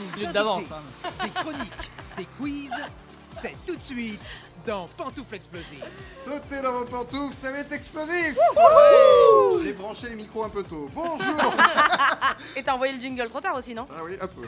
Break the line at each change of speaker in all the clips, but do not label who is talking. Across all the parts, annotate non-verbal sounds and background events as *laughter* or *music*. Une
des
minute d'avance.
invités,
hein.
des chroniques, des quiz, c'est tout de suite dans Pantoufle Explosive.
Sautez dans vos pantoufles, ça va être explosif J'ai branché les micros un peu tôt. Bonjour
Et t'as envoyé le jingle trop tard aussi, non
Ah oui, un peu.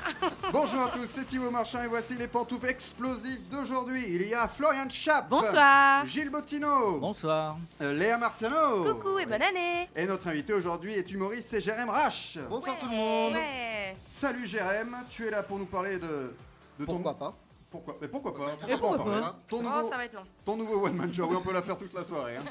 Bonjour à tous, c'est Thibaut Marchand et voici les pantoufles explosives d'aujourd'hui. Il y a Florian Chap.
Bonsoir
Gilles Bottino.
Bonsoir.
euh, Léa Marciano.
Coucou et bonne année
Et notre invité aujourd'hui est humoriste, c'est Jérém Rache.
Bonsoir tout le
Ouais.
monde.
Ouais.
Salut Jérém, tu es là pour nous parler de... de ton...
Pourquoi pas
Pourquoi Mais pourquoi pas
Et pourquoi
en parler,
pas
hein Ton nouveau,
Oh, ça va être long.
ton nouveau one-man show, oui, on peut la faire toute la soirée. hein.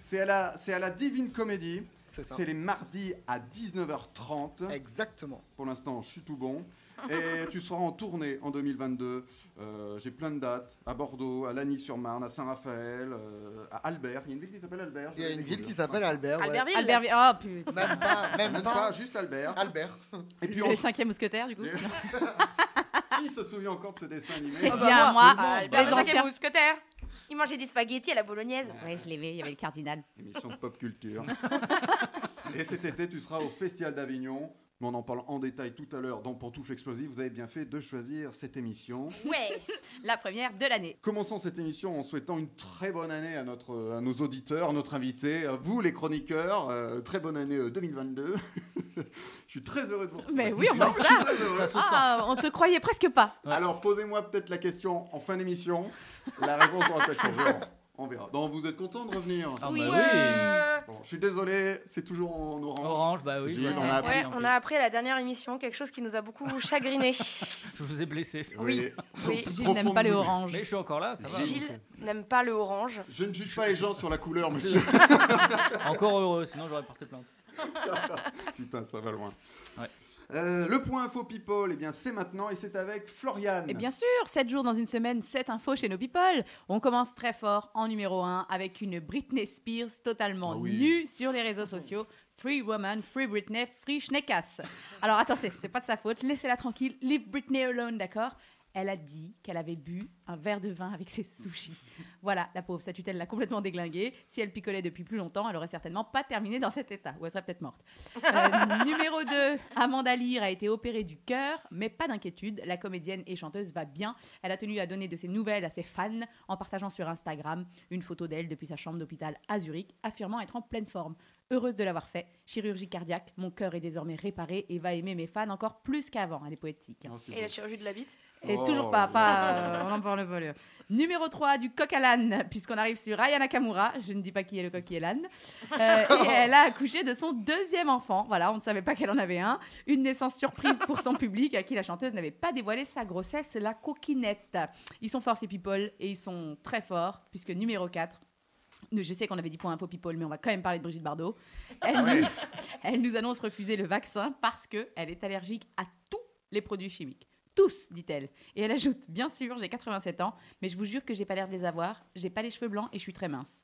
C'est à, la... c'est à la Divine Comédie.
C'est ça.
C'est les mardis à 19h30.
Exactement.
Pour l'instant, je suis tout bon.
*laughs*
Et tu seras en tournée en 2022. Euh, J'ai plein de dates à Bordeaux, à Lagny-sur-Marne, à Saint-Raphaël, euh, à Albert. Il y a une ville qui s'appelle Albert. je
Il y a
l'ai
une
découvert.
ville qui s'appelle Albert. Ah ouais.
Albertville Ah
Albertville. Oh putain.
Même *laughs* pas, même
Même
pas.
pas, juste Albert.
Albert.
Et puis, on...
Les cinquièmes mousquetaires, du coup.
Les- qui se souvient encore de ce dessin animé
*laughs*
Eh
Ah bah moi,
bien, moi,
ah,
les
Albert, les
anciens.
mousquetaires Il mangeait des spaghettis à la bolognaise.
Ouais, je l'avais, il y avait le cardinal.
Émission de pop culture. Et cet été, tu seras au Festival d'Avignon. Mais on en parle en détail tout à l'heure dans Pantoufles Explosives. Vous avez bien fait de choisir cette émission.
*laughs* Ouais
La première de l'année.
Commençons cette émission en souhaitant une très bonne année à, notre, euh, à nos auditeurs, à notre invité, à vous les chroniqueurs. Euh, très bonne année euh, 2022. *laughs* je suis très heureux de vous retrouver.
Mais oui, on
Non,
va
je
ça.
suis très heureux.
Ça se sent.
Ah, on te croyait presque pas.
Ouais.
Alors posez-moi peut-être la question en fin d'émission. La réponse aura peut-être
*laughs*
changé. On on verra. Bon, vous êtes content de revenir
Ah, bah
Ouais.
Bon, Je suis désolé, c'est toujours en orange.
Orange, bah oui.
Jules,
je
on
sais.
a appris,
Ouais, on a appris à la dernière émission quelque chose qui nous a beaucoup chagriné.
Je vous ai blessé.
Oui.
Oui.
Gilles n'aime pas les
Profonde.
oranges.
Mais je suis encore là, ça va.
Gilles n'aime pas le orange.
Je ne juge pas les gens sur la couleur,
*laughs*
monsieur.
Encore heureux, sinon j'aurais porté plainte.
Putain, ça va loin.
Ouais.
Euh, le point info people, eh bien c'est maintenant et c'est avec Floriane.
Et Eh bien sûr, 7 jours dans une semaine, 7 infos chez nos people. On commence très fort en numéro 1 avec une Britney Spears totalement
Ah oui.
nue sur les réseaux sociaux. Free woman, free Britney, free Schneckass. Alors attends, c'est c'est pas de sa faute, laissez-la tranquille, leave Britney alone, d'accord Elle a dit qu'elle avait bu un verre de vin avec ses sushis. Voilà, la pauvre, sa tutelle l'a complètement déglinguée. Si elle picolait depuis plus longtemps, elle aurait certainement pas terminé dans cet état, ou elle serait peut-être morte. Euh, *laughs* numéro 2, Amanda Lear a été opérée du cœur, mais pas d'inquiétude, la comédienne et chanteuse va bien. Elle a tenu à donner de ses nouvelles à ses fans en partageant sur Instagram une photo d'elle depuis sa chambre d'hôpital à Zurich, affirmant être en pleine forme. Heureuse de l'avoir fait, chirurgie cardiaque, mon cœur est désormais réparé et va aimer mes fans encore plus qu'avant. Elle est poétique. hein.
Oh, c'est
Et
beau.
la chirurgie de la bite.
Et
Oh.
toujours pas, pas, euh, on en parle pas, le Numéro 3 du coq à l'âne, puisqu'on arrive sur Aya Nakamura, je ne dis pas qui est le coq qui est l'âne. Euh, et elle a accouché de son deuxième enfant, voilà, on ne savait pas qu'elle en avait un. Une naissance surprise pour son public, à qui la chanteuse n'avait pas dévoilé sa grossesse, la coquinette. Ils sont forts ces people, et ils sont très forts, puisque numéro 4, je sais qu'on avait dit point info people, mais on va quand même parler de Brigitte Bardot. Elle, nous, *laughs* elle nous annonce refuser le vaccin parce qu'elle est allergique à tous les produits chimiques. Tous, dit-elle. Et elle ajoute, bien sûr, j'ai 87 ans, mais je vous jure que j'ai pas l'air de les avoir, j'ai pas les cheveux blancs et je suis très mince.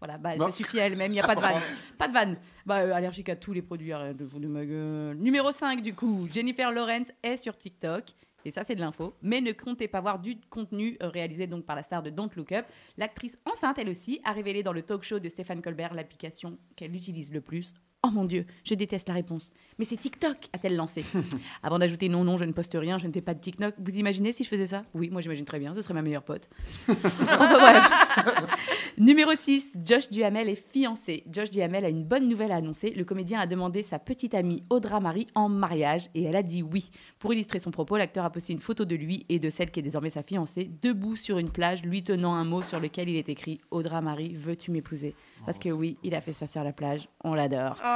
Voilà, bah, elle
Bah.
se suffit à elle-même, il n'y a pas de vanne. Pas de vanne. Bah, euh, allergique à tous les produits, arrête de vous de ma gueule. Numéro 5, du coup, Jennifer Lawrence est sur TikTok. Et ça, c'est de l'info. Mais ne comptez pas voir du contenu euh, réalisé donc par la star de Don't Look Up. L'actrice enceinte, elle aussi, a révélé dans le talk show de Stéphane Colbert l'application qu'elle utilise le plus. Oh mon Dieu, je déteste la réponse. Mais c'est TikTok, a-t-elle lancé Avant d'ajouter non, non, je ne poste rien, je ne fais pas de TikTok. Vous imaginez si je faisais ça Oui, moi j'imagine très bien, ce serait ma meilleure pote. Enfin, bref. Numéro 6, Josh Duhamel est fiancé. Josh Duhamel a une bonne nouvelle à annoncer. Le comédien a demandé sa petite amie Audra Marie en mariage et elle a dit oui. Pour illustrer son propos, l'acteur a posté une photo de lui et de celle qui est désormais sa fiancée, debout sur une plage, lui tenant un mot sur lequel il est écrit Audra Marie, veux-tu m'épouser Parce que oui, il a fait ça sur la plage, on l'adore.
Oh.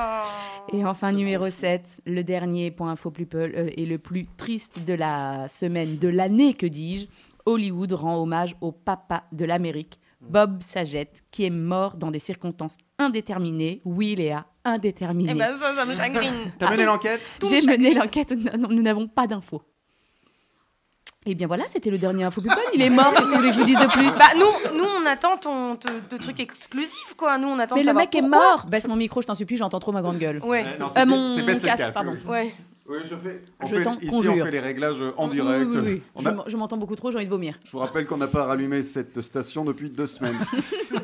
Et enfin, numéro 7, le dernier point info plus peu- euh, et le plus triste de la semaine, de l'année, que dis-je. Hollywood rend hommage au papa de l'Amérique,
Mm.
Bob Saget, qui est mort dans des circonstances indéterminées. Oui, Léa, indéterminées.
Et
Eh
ben ça, ça me chagrine. *laughs*
T'as mené l'enquête
J'ai mené l'enquête, nous n'avons- nous n'avons pas d'infos. Et bien voilà, c'était le dernier info people.
*laughs*
Il est mort, qu'est-ce que vous voulez que je vous dise de plus
Bah nous, nous on attend ton, te- de trucs exclusifs quoi. Nous on attend.
Mais
de
le
savoir
mec est
pourquoi.
mort Baisse mon micro, je t'en supplie, j'entends trop ma grande gueule.
Ouais.
Eh non,
Euh,
c'est-
mon
c'est baisse le
casque,
casque,
pardon.
oui.
Ouais.
Oui, je fais. On
Je
fait-
t'en
ici, on
conjure.
fait les réglages en
Oui,
direct.
oui, oui, oui.
On
Je
a-
m'en- Je m'entends beaucoup trop, j'ai envie de vomir.
Je vous rappelle qu'on n'a pas rallumé cette station depuis deux
*laughs*
semaines.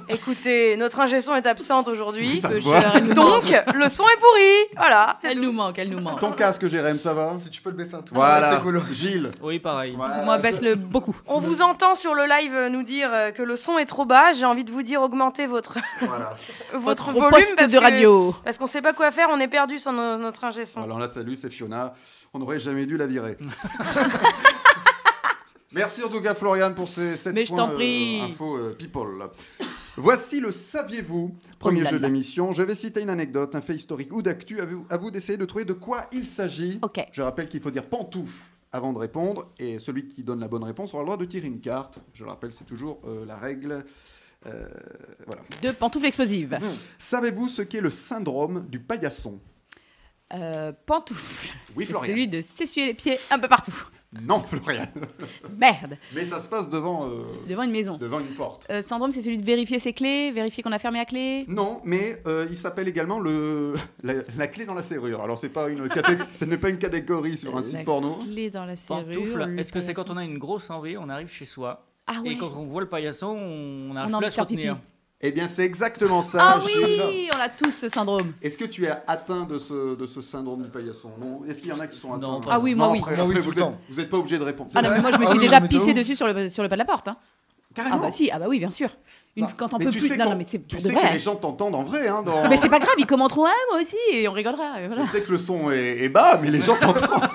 Écoutez, notre ingé son est absente aujourd'hui.
Ça se
Euh,
voit.
Cher, elle nous
Donc,
manque.
le son est pourri. Voilà.
elle nous manque, elle nous manque.
Ton casque, Jérém, ça va
Si tu peux le baisser un tout petit peu,
Voilà,
c'est cool.
Gilles.
Oui, pareil.
Voilà,
Moi,
je-
baisse-le beaucoup.
On vous entend sur le live euh, nous dire euh, que le son est trop bas. J'ai envie de vous dire augmentez votre, *laughs*
Voilà.
*laughs* votre,
Au
volume.
poste
parce
de
que-
radio.
Parce qu'on sait pas quoi faire, on est perdu sur no- notre ingé
Ah.
son.
Alors là, salut, c'est Fiona. On n'aurait jamais dû la
*laughs*
virer. Merci en tout cas, Florian, pour ces 7
Mais je t'en prie.
info euh, people. Voici le Saviez-vous Premier
Oh là
jeu de
là.
l'émission. Je vais citer une anecdote, un fait historique ou d'actu. À vous, à vous d'essayer de trouver de quoi il s'agit.
Ok.
Je rappelle qu'il faut dire pantoufle avant de répondre. Et celui qui donne la bonne réponse aura le droit de tirer une carte. Je le rappelle, c'est toujours euh, la règle. Euh, voilà.
Deux pantoufles explosives.
Mmh.
Savez-vous ce qu'est le syndrome du paillasson
Euh, pantoufles.
Oui,
C'est
Florian.
celui de s'essuyer les pieds un peu partout.
Non, Florian.
Merde.
Mais ça se passe devant, euh,
Devant une maison.
devant une porte.
Euh, syndrome, c'est celui de vérifier ses clés, vérifier qu'on a fermé à clé.
Non, mais euh, il s'appelle également le, *laughs* la, la clé dans la serrure. Alors, c'est pas une catég- *laughs* ce n'est pas une catégorie sur un
Euh,
site
la
porno.
Clé dans la serrure.
Pantoufle,
le
est-ce que c'est quand
paillasson.
on a une grosse envie, on arrive chez soi
Ah ouais.
et quand on voit le paillasson, on
On
arrive
a
plus
envie
à
de
se
faire pipi.
retenir.
Eh bien, c'est exactement ça.
Ah oui, on a tous ce syndrome.
Est-ce que tu es atteint de ce, de ce syndrome du paillasson Non. Est-ce qu'il y en a qui sont atteints
Non,
Ah oui, moi,
Non,
oui.
après-
Moi, oui,
après,
tout
vous
le temps.
êtes- vous n'êtes pas obligé de répondre.
Ah non, mais moi je me suis
Ah oui,
déjà
mais t'es
pissé
ouf.
dessus sur le, sur le pas de la porte. hein. Ah
Carrément.
bah si, ah bah oui, bien sûr. Une,
Bah,
fois- quand on
Mais
peut
tu
plus.
sais
non,
qu'on-
non, mais c'est
Tu
pour de
sais
vrai.
que les gens t'entendent en vrai. Hein, dans-
Mais c'est pas grave, ils commenteront, ah, moi aussi, et on rigolera. et voilà.
Je sais que le son est, est bas, mais les
*laughs*
gens t'entendent.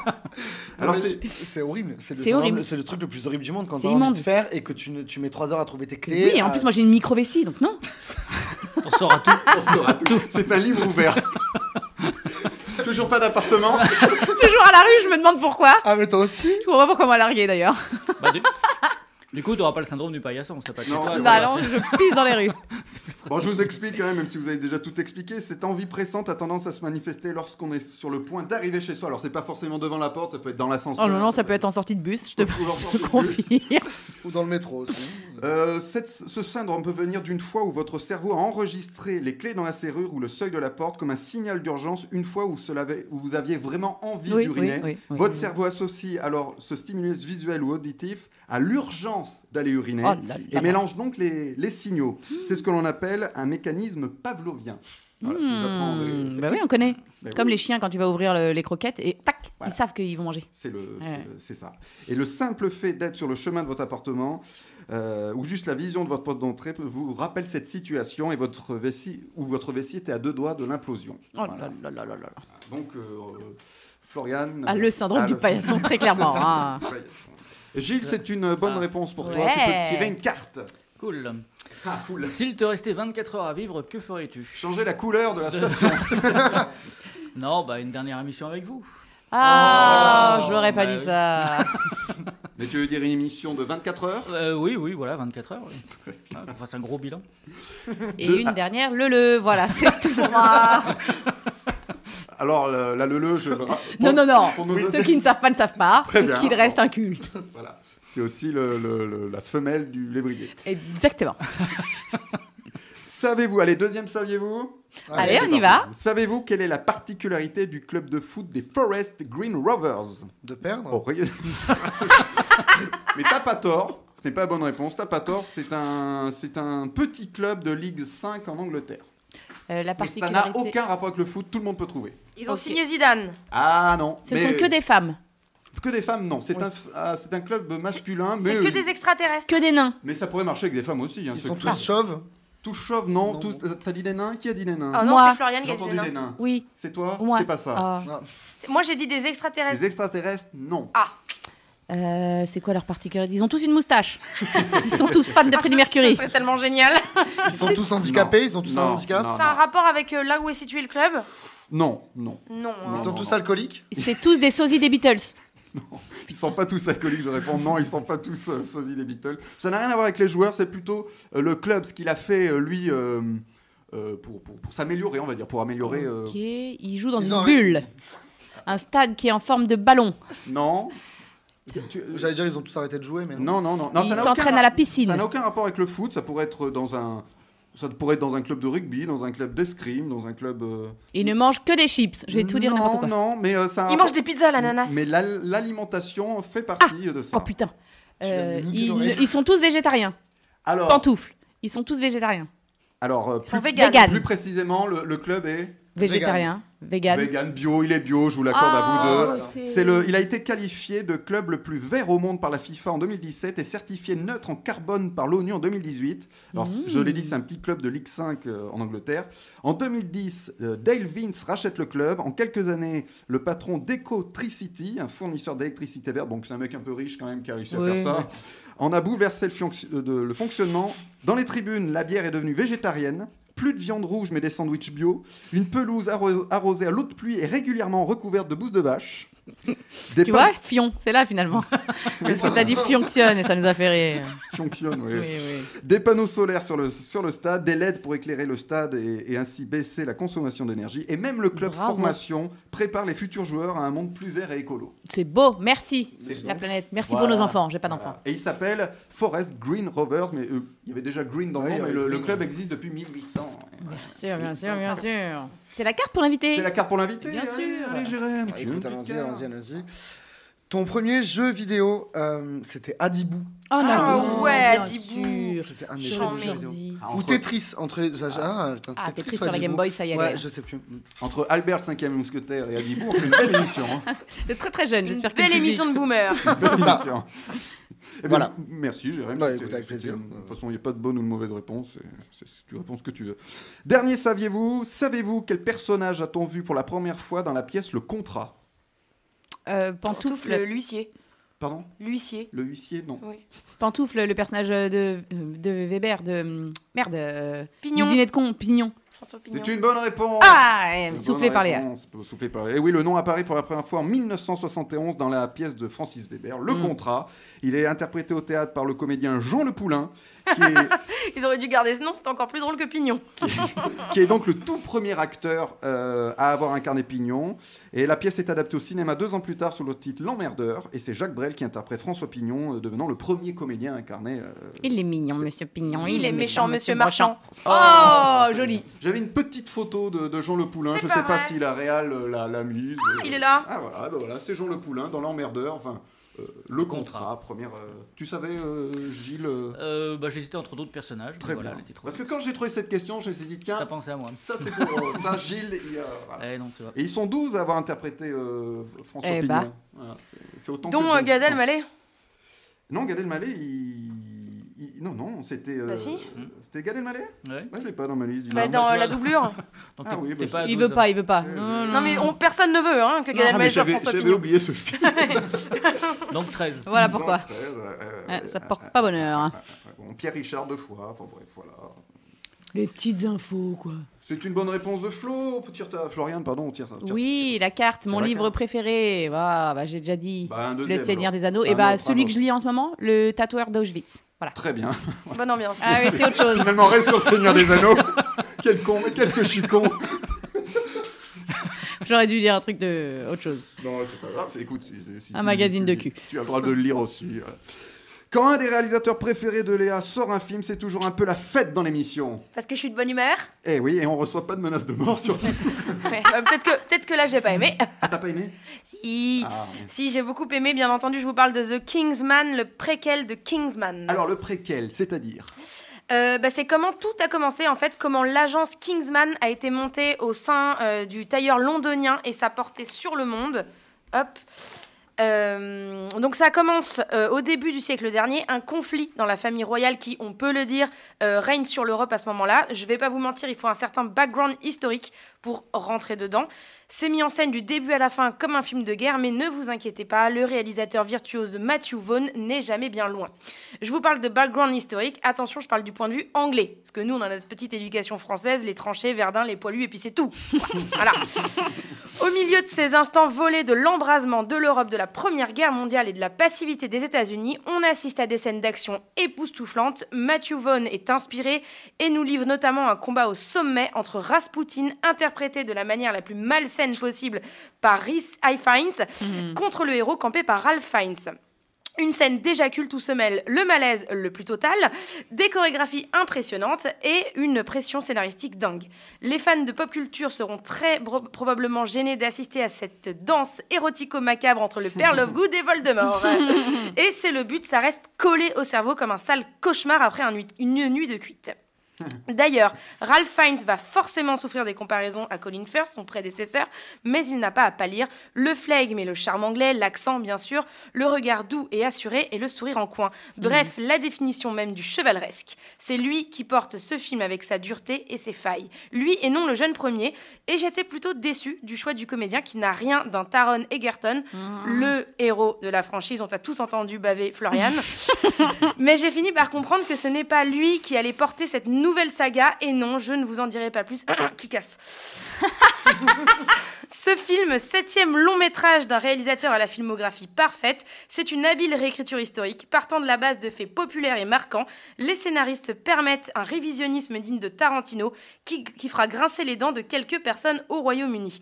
Alors,
Mais
c'est-
c'est c'est horrible. C'est le,
C'est
syndrome-
horrible.
c'est le truc le plus horrible du monde quand
C'est
t'as envie
immonde.
de faire et que tu, ne- tu mets 3 heures à trouver tes clés.
Oui, et en
à-
euh,
plus, moi j'ai une micro-vessie, donc non.
*laughs* On saura tout.
on saura tout. C'est un livre
*laughs*
ouvert. Toujours pas d'appartement
*laughs* Toujours à la rue, je me demande pourquoi.
Ah, mais toi aussi
Je comprends pas pourquoi on m'a largué d'ailleurs.
Bah,
*laughs*
du... du coup, tu n'auras pas le syndrome du paillasson, on se pas
Non, c'est
Bah
vrai.
alors, je pisse dans
*laughs*
les rues.
Bon, je vous explique quand même, même si vous avez déjà tout expliqué, cette envie pressante a tendance à se manifester lorsqu'on est sur le point d'arriver chez soi. Alors, c'est pas forcément devant la porte, ça peut être dans l'ascenseur.
Oh non, non, ça peut être en sortie de bus, je te
Ou lors
*laughs*
sortie
je te
de bus.
confie.
Ou dans le métro aussi.
Euh, cette- ce syndrome peut venir d'une fois où votre cerveau a enregistré les clés dans la serrure ou le seuil de la porte comme un signal d'urgence une fois où, cela avait- où vous aviez vraiment envie
Oui, oui,
d'uriner.
oui, oui.
Votre cerveau associe alors ce stimulus visuel ou auditif à l'urgence d'aller uriner
Oh là là
et
là. Hmm.
mélange donc les, les signaux. C'est ce que l'on appelle un mécanisme pavlovien. Voilà, je vous apprends, euh,
Hmm,
c'est-
Bah oui, on connaît.
Ben
Comme
oui,
les chiens quand tu vas ouvrir le- les croquettes et tac,
Voilà.
ils savent qu'ils vont manger.
C'est le, c'est
Ouais.
le- c'est ça. Et le simple fait d'être sur le chemin de votre appartement euh, ou juste la vision de votre porte d'entrée vous rappelle cette situation et votre vessie ou votre vessie était à deux doigts de l'implosion.
Oh là
Voilà.
là là là là.
Donc euh, Florian.
Ah, le syndrome
Ah,
du
le syndrome
paillasson, très clairement.
C'est ça. Oh,
hein.
du paillasson. Gilles, c'est une bonne
Ah.
réponse pour toi.
Ouais.
Tu peux tirer une carte.
Cool.
Ah, cool.
S'il te restait 24 heures à vivre, que ferais-tu
Changer la couleur de la *laughs* station.
*laughs* Non, bah une dernière émission avec vous.
Ah,
Oh,
je l'aurais pas
bah
dit
oui.
*laughs*
ça.
*laughs* Mais tu veux dire une émission de 24 heures
Euh, oui, oui, voilà, 24 heures. oui.
*laughs*
Ah, qu'on fasse un gros bilan.
Et
Deux-
une dernière, le le,
*laughs*
voilà, c'est tout pour moi.
Alors le- là, le le, je.
Non, non, non.
Pour nos
Ceux qui ne savent pas ne savent pas.
Très
Ceux
bien.
qui le restent un culte.
Voilà. C'est aussi le- le- le- la femelle du lévrier.
Exactement.
Savez-vous, allez, deuxième, saviez-vous
Allez,
c'est
on y
parti. Savez-vous quelle est la particularité du club de foot des Forest Green Rovers
De perdre
Oh, regarde- *laughs* Mais t'as pas tort, ce n'est pas la bonne réponse, t'as pas tort, c'est un, c'est un petit club de Ligue 5 en Angleterre.
Euh, la
Mais ça n'a
particularité.
aucun rapport avec le foot, tout le monde peut trouver.
Ils ont
Ok.
signé Zidane.
Ah non
Ce ne
mais-
sont que des femmes,
que des femmes, non, c'est
Oui.
un, f- ah, c'est un club masculin, mais,
C'est que des extraterrestres.
que des nains.
mais ça pourrait marcher avec des femmes aussi. hein,
Ils
ce
sont
club.
tous chauves.
tous chauves, non,
Non,
tous- euh, T'as dit des nains Qui a dit des nains
Ah non,
Moi.
c'est Florian qui
J'ai
a dit
entendu
non.
des nains.
Oui.
C'est toi
Moi.
C'est pas ça.
Ah.
C'est- Moi j'ai dit des extraterrestres.
Les extraterrestres, non.
Euh, c'est quoi leur particularité Ils ont tous une moustache. Ils sont tous fans de
Ah, ce-
Freddie Mercury.
Ce serait tellement génial.
Ils sont tous handicapés, ils ont tous un
Non,
handicap.
Ah, non,
C'est un rapport avec euh, là où est situé le club
Non, non.
Non. hein.
Ils sont
Non,
tous
non.
alcooliques.
C'est tous des sosies des Beatles.
Ils sont pas tous alcooliques, je réponds non, ils sont pas tous euh, sosies des Beatles. Ça n'a rien à voir avec les joueurs, c'est plutôt euh, le club, ce qu'il a fait, euh, lui, euh, euh, pour, pour- pour s'améliorer, on va dire, pour améliorer... euh,
Ok. Ils jouent dans
Ils
une
ont-
bulle. Un stade qui est en forme de ballon.
Non, euh,
Tu- J'allais dire, ils ont tous arrêté de jouer, mais non.
non, non, non. non ça
ils
n'a aucun
s'entraînent à la
Ça
piscine.
n'a aucun rapport avec le foot, ça pourrait être dans un... Ça pourrait être dans un club de rugby, dans un club d'escrime, dans un club. euh,
Il ne mange que des chips. Je vais tout dire n'importe quoi.
Non, non, mais euh, ça. a
Il
un
mange
rapport-
des pizzas à l'ananas.
Mais l'al- l'alimentation fait partie de ça.
Oh putain.
Tu vas me
Euh,
niquer
ils,
l'oreille.
ils sont tous végétariens.
alors,
Pantoufles. Ils sont tous végétariens.
alors euh, plus,
Sans vegan.
Vegan.
plus précisément, le, le club est
Végétariens. Vegan. Ah.
vegan bio. Il est bio, je vous l'accorde à vous deux.
deux.
C'est le, il a été qualifié de club le plus vert au monde par la FIFA en 2017 et certifié neutre en carbone par l'ONU en 2018. Alors,
Mmh.
je l'ai dit, c'est un petit club de Ligue 5 euh, en Angleterre. En 2010, euh, Dale Vince rachète le club. En quelques années, le patron d'EcoTricity, un fournisseur d'électricité verte, donc c'est un mec un peu riche quand même qui a réussi à
Oui.
faire ça, en a bouleversé le, fonc- euh, de- le fonctionnement. Dans les tribunes, la bière est devenue végétarienne. Plus de viande rouge, mais des sandwichs bio. Une pelouse arro- arrosée à l'eau de pluie et régulièrement recouverte de bouse de vache. Des
Tu
pa-
vois, Fion, c'est là finalement.
oui,
*laughs*
ça
On t'a dit fonctionne et ça nous a fait rire.
fonctionne, oui.
Oui, oui.
Des panneaux solaires sur le, sur le stade, des LED pour éclairer le stade et, et ainsi baisser la consommation d'énergie. Et même le club
Bravo.
formation prépare les futurs joueurs à un monde plus vert et écolo.
C'est beau, merci
C'est
la
bon.
planète. Merci
Voilà.
pour nos enfants, j'ai pas d'enfants.
Voilà. Et il s'appelle Forest Green Rovers, mais euh, il y avait déjà Green dans le
Oui,
nom,
il y
mais
avait
le, le
Green.
club existe depuis 1800.
Bien sûr, bien
Oui,
sûr, bien
sympa.
sûr. C'est la carte pour l'invité.
C'est la carte pour l'invité
Bien
allez,
sûr.
Allez, Jérém, tu veux une
Écoute,
petite
allons-y,
carte
allons-y, allons-y. Ton premier jeu vidéo, euh, c'était Adibou.
Oh
Ah,
Nado,
ouais,
bien
Dibou.
sûr.
C'était un des
J'en
premiers
ai
jeux vidéo.
Jordi.
Ah,
Ou
entre,
Tetris, entre les... Ah, putain,
Ah, t'es
ou
triste sur la Game
Adibou.
Boy, ça y est.
Ouais, je sais plus.
entre Albert 5e Mousquetaire et Adibou, on fait une belle émission.
*laughs*
hein.
T'es très très jeune,
Une
j'espère que
belle
le public-
émission de
*laughs*
boomer.
Une belle
ça.
émission. Eh ben,
Voilà.
Merci, Jérém.
Bah,
c'était-
écoute, avec
c'était-
plaisir.
De toute façon, il n'y a pas de bonne ou de mauvaise réponse. c'est- c'est- c'est- tu réponds ce que tu veux. Dernier, saviez-vous Savez-vous quel personnage a-t-on vu pour la première fois dans la pièce Le Contrat
Euh,
Pantoufle,
pantoufle,
l'huissier.
Pardon
L'huissier.
Le huissier Non.
pantoufle, le personnage de, de Weber, de merde, euh, du
Pignon.
dîner de con, Pignon.
François Pignon.
C'est une bonne réponse
Ah,
Oh, C'est une
soufflé
bonne
par les airs.
réponse, Soufflé par les airs. Et oui, le nom apparaît pour la première fois en 1971 dans la pièce de Francis Weber, Le
Mm.
Contrat. Il est interprété au théâtre par le comédien Jean Le Poulain, qui
*laughs*
est,
Ils auraient dû garder ce nom, c'était encore plus drôle que Pignon.
qui est donc le tout premier acteur euh, à avoir incarné Pignon. Et la pièce est adaptée au cinéma deux ans plus tard sous le titre L'Emmerdeur. Et c'est Jacques Brel qui interprète François Pignon, euh, devenant le premier comédien incarné. euh.
Il est mignon, monsieur Pignon.
Il est méchant, monsieur Marchand.
Oh, joli.
J'avais une petite photo de, de Jean Le Poulain. Je
C'est
ne
pas
sais pas
vrai.
si la Réal euh, l'a, l'a mise. euh.
Il est là.
Ah voilà, bah voilà c'est Jean Le Poulain dans L'Emmerdeur. Enfin, euh, le contrat, première. euh, Tu savais, euh, Gilles euh,
Euh, bah, J'hésitais entre d'autres personnages.
Très
mais voilà,
bien.
elle était trop
Parce que
bonne.
quand j'ai trouvé cette question, je me suis dit,
T'as
tiens,
pensé à moi.
ça c'est pour euh, ça, Gilles. il y a- voilà.
Eh non, tu vois.
Et ils sont 12 à avoir interprété euh, François
Eh
Pignon.
bah.
Voilà, c'est- c'est autant
Dont
que
euh, Gad Elmaleh.
Non, Gad Elmaleh, il... il- Non, non, c'était... euh,
Bah si.
C'était Gad Elmaleh
Ouais.
Ouais, je l'ai pas dans ma liste. dis
Bah,
donc.
dans
bah,
euh,
tu
la
vois,
doublure.
Donc,
Ah
t'es-
oui, bah,
t'es pas à
Il
12,
veut pas,
hein.
il veut pas.
Je-
Non mais on- personne ne veut hein, que Gad
Ah, mais
Elmaleh soit
j'avais
François
j'avais
Pignon.
oublié ce film.
Donc 13.
*laughs* Voilà pourquoi.
Très, euh, euh,
Ah, Ça
euh,
porte pas bonheur. hein.
euh, bon, Pierre Richard deux fois, enfin bref, voilà.
Les petites infos, quoi.
C'est une bonne réponse de Flo, on tire ta... Florian, pardon, on tire ta... tire-
Oui, la carte,
C'est
mon
la
livre
carte.
préféré. Bah, bah, j'ai déjà dit.
Bah, un deuxième,
le Seigneur
alors.
des Anneaux.
Ah,
et bah,
non,
celui
pardon.
que je lis en ce moment, le tatoueur d'Auschwitz.
*laughs*
Voilà.
Très bien.
Bonne ambiance.
Ah oui, c'est
*laughs*
autre chose.
Finalement, on reste sur le Seigneur des Anneaux. *laughs* Quel con, mais qu'est-ce que je suis con
J'aurais dû lire un truc de autre chose.
Non, c'est pas grave. c'est- Écoute, si- si- si
Un
tu-
magazine
tu-
de cul.
Tu as le droit de le lire aussi. voilà. Quand un des réalisateurs préférés de Léa sort un film, c'est toujours un peu la fête dans l'émission.
Parce que je suis de bonne humeur.
Eh oui, et on reçoit pas de menaces de mort surtout.
*laughs* Ouais, bah, peut-être que peut-être que là j'ai pas aimé.
Ah, t'as pas aimé
Si.
Ah, oui.
Si, j'ai beaucoup aimé, bien entendu, je vous parle de The Kingsman, le préquel de Kingsman.
Alors, le préquel, c'est-à-dire
Euh, bah, c'est comment tout a commencé, en fait, comment l'agence Kingsman a été montée au sein euh, du tailleur londonien et sa portée sur le monde. Hop. Euh, donc ça commence euh, au début du siècle dernier, un conflit dans la famille royale qui, on peut le dire, euh, règne sur l'Europe à ce moment-là. Je vais pas vous mentir, il faut un certain background historique pour rentrer dedans. C'est mis en scène du début à la fin comme un film de guerre, mais ne vous inquiétez pas, le réalisateur virtuose Matthew Vaughn n'est jamais bien loin. Je vous parle de background historique. Attention, je parle du point de vue anglais. Parce que nous, on a notre petite éducation française, les tranchées, Verdun, les poilus, et puis c'est tout. *laughs* voilà. Au milieu de ces instants volés de l'embrasement de l'Europe, de la Première Guerre mondiale et de la passivité des États-Unis, on assiste à des scènes d'action époustouflantes. Matthew Vaughn est inspiré et nous livre notamment un combat au sommet entre Rasputin, interprété de la manière la plus malsaine possible par Rhys Ifines,
Mhm.
contre le héros campé par Ralph Fiennes. Une scène déjà culte où se mêle le malaise le plus total, des chorégraphies impressionnantes et une pression scénaristique dingue. Les fans de pop culture seront très bro- probablement gênés d'assister à cette danse érotico-macabre entre le père Lovegood et Voldemort. et c'est le but, ça reste collé au cerveau comme un sale cauchemar après un nuit- une nuit de cuite. D'ailleurs, Ralph Fiennes va forcément souffrir des comparaisons à Colin Firth, son prédécesseur, mais il n'a pas à pâlir. Le flegme et le charme anglais, l'accent bien sûr, le regard doux et assuré et le sourire en coin. Bref, la définition même du chevaleresque. C'est lui qui porte ce film avec sa dureté et ses failles. Lui et non le jeune premier. Et j'étais plutôt déçue du choix du comédien qui n'a rien d'un Taron Egerton, le héros de la franchise. On t'a tous entendu baver Florian. *laughs* Mais j'ai fini par comprendre que ce n'est pas lui qui allait porter cette nouvelle saga, et non, je ne vous en dirai pas plus, *coughs* qui casse. Ce film, septième long métrage d'un réalisateur à la filmographie parfaite, c'est une habile réécriture historique, partant de la base de faits populaires et marquants. Les scénaristes permettent un révisionnisme digne de Tarantino, qui, qui fera grincer les dents de quelques personnes au Royaume-Uni.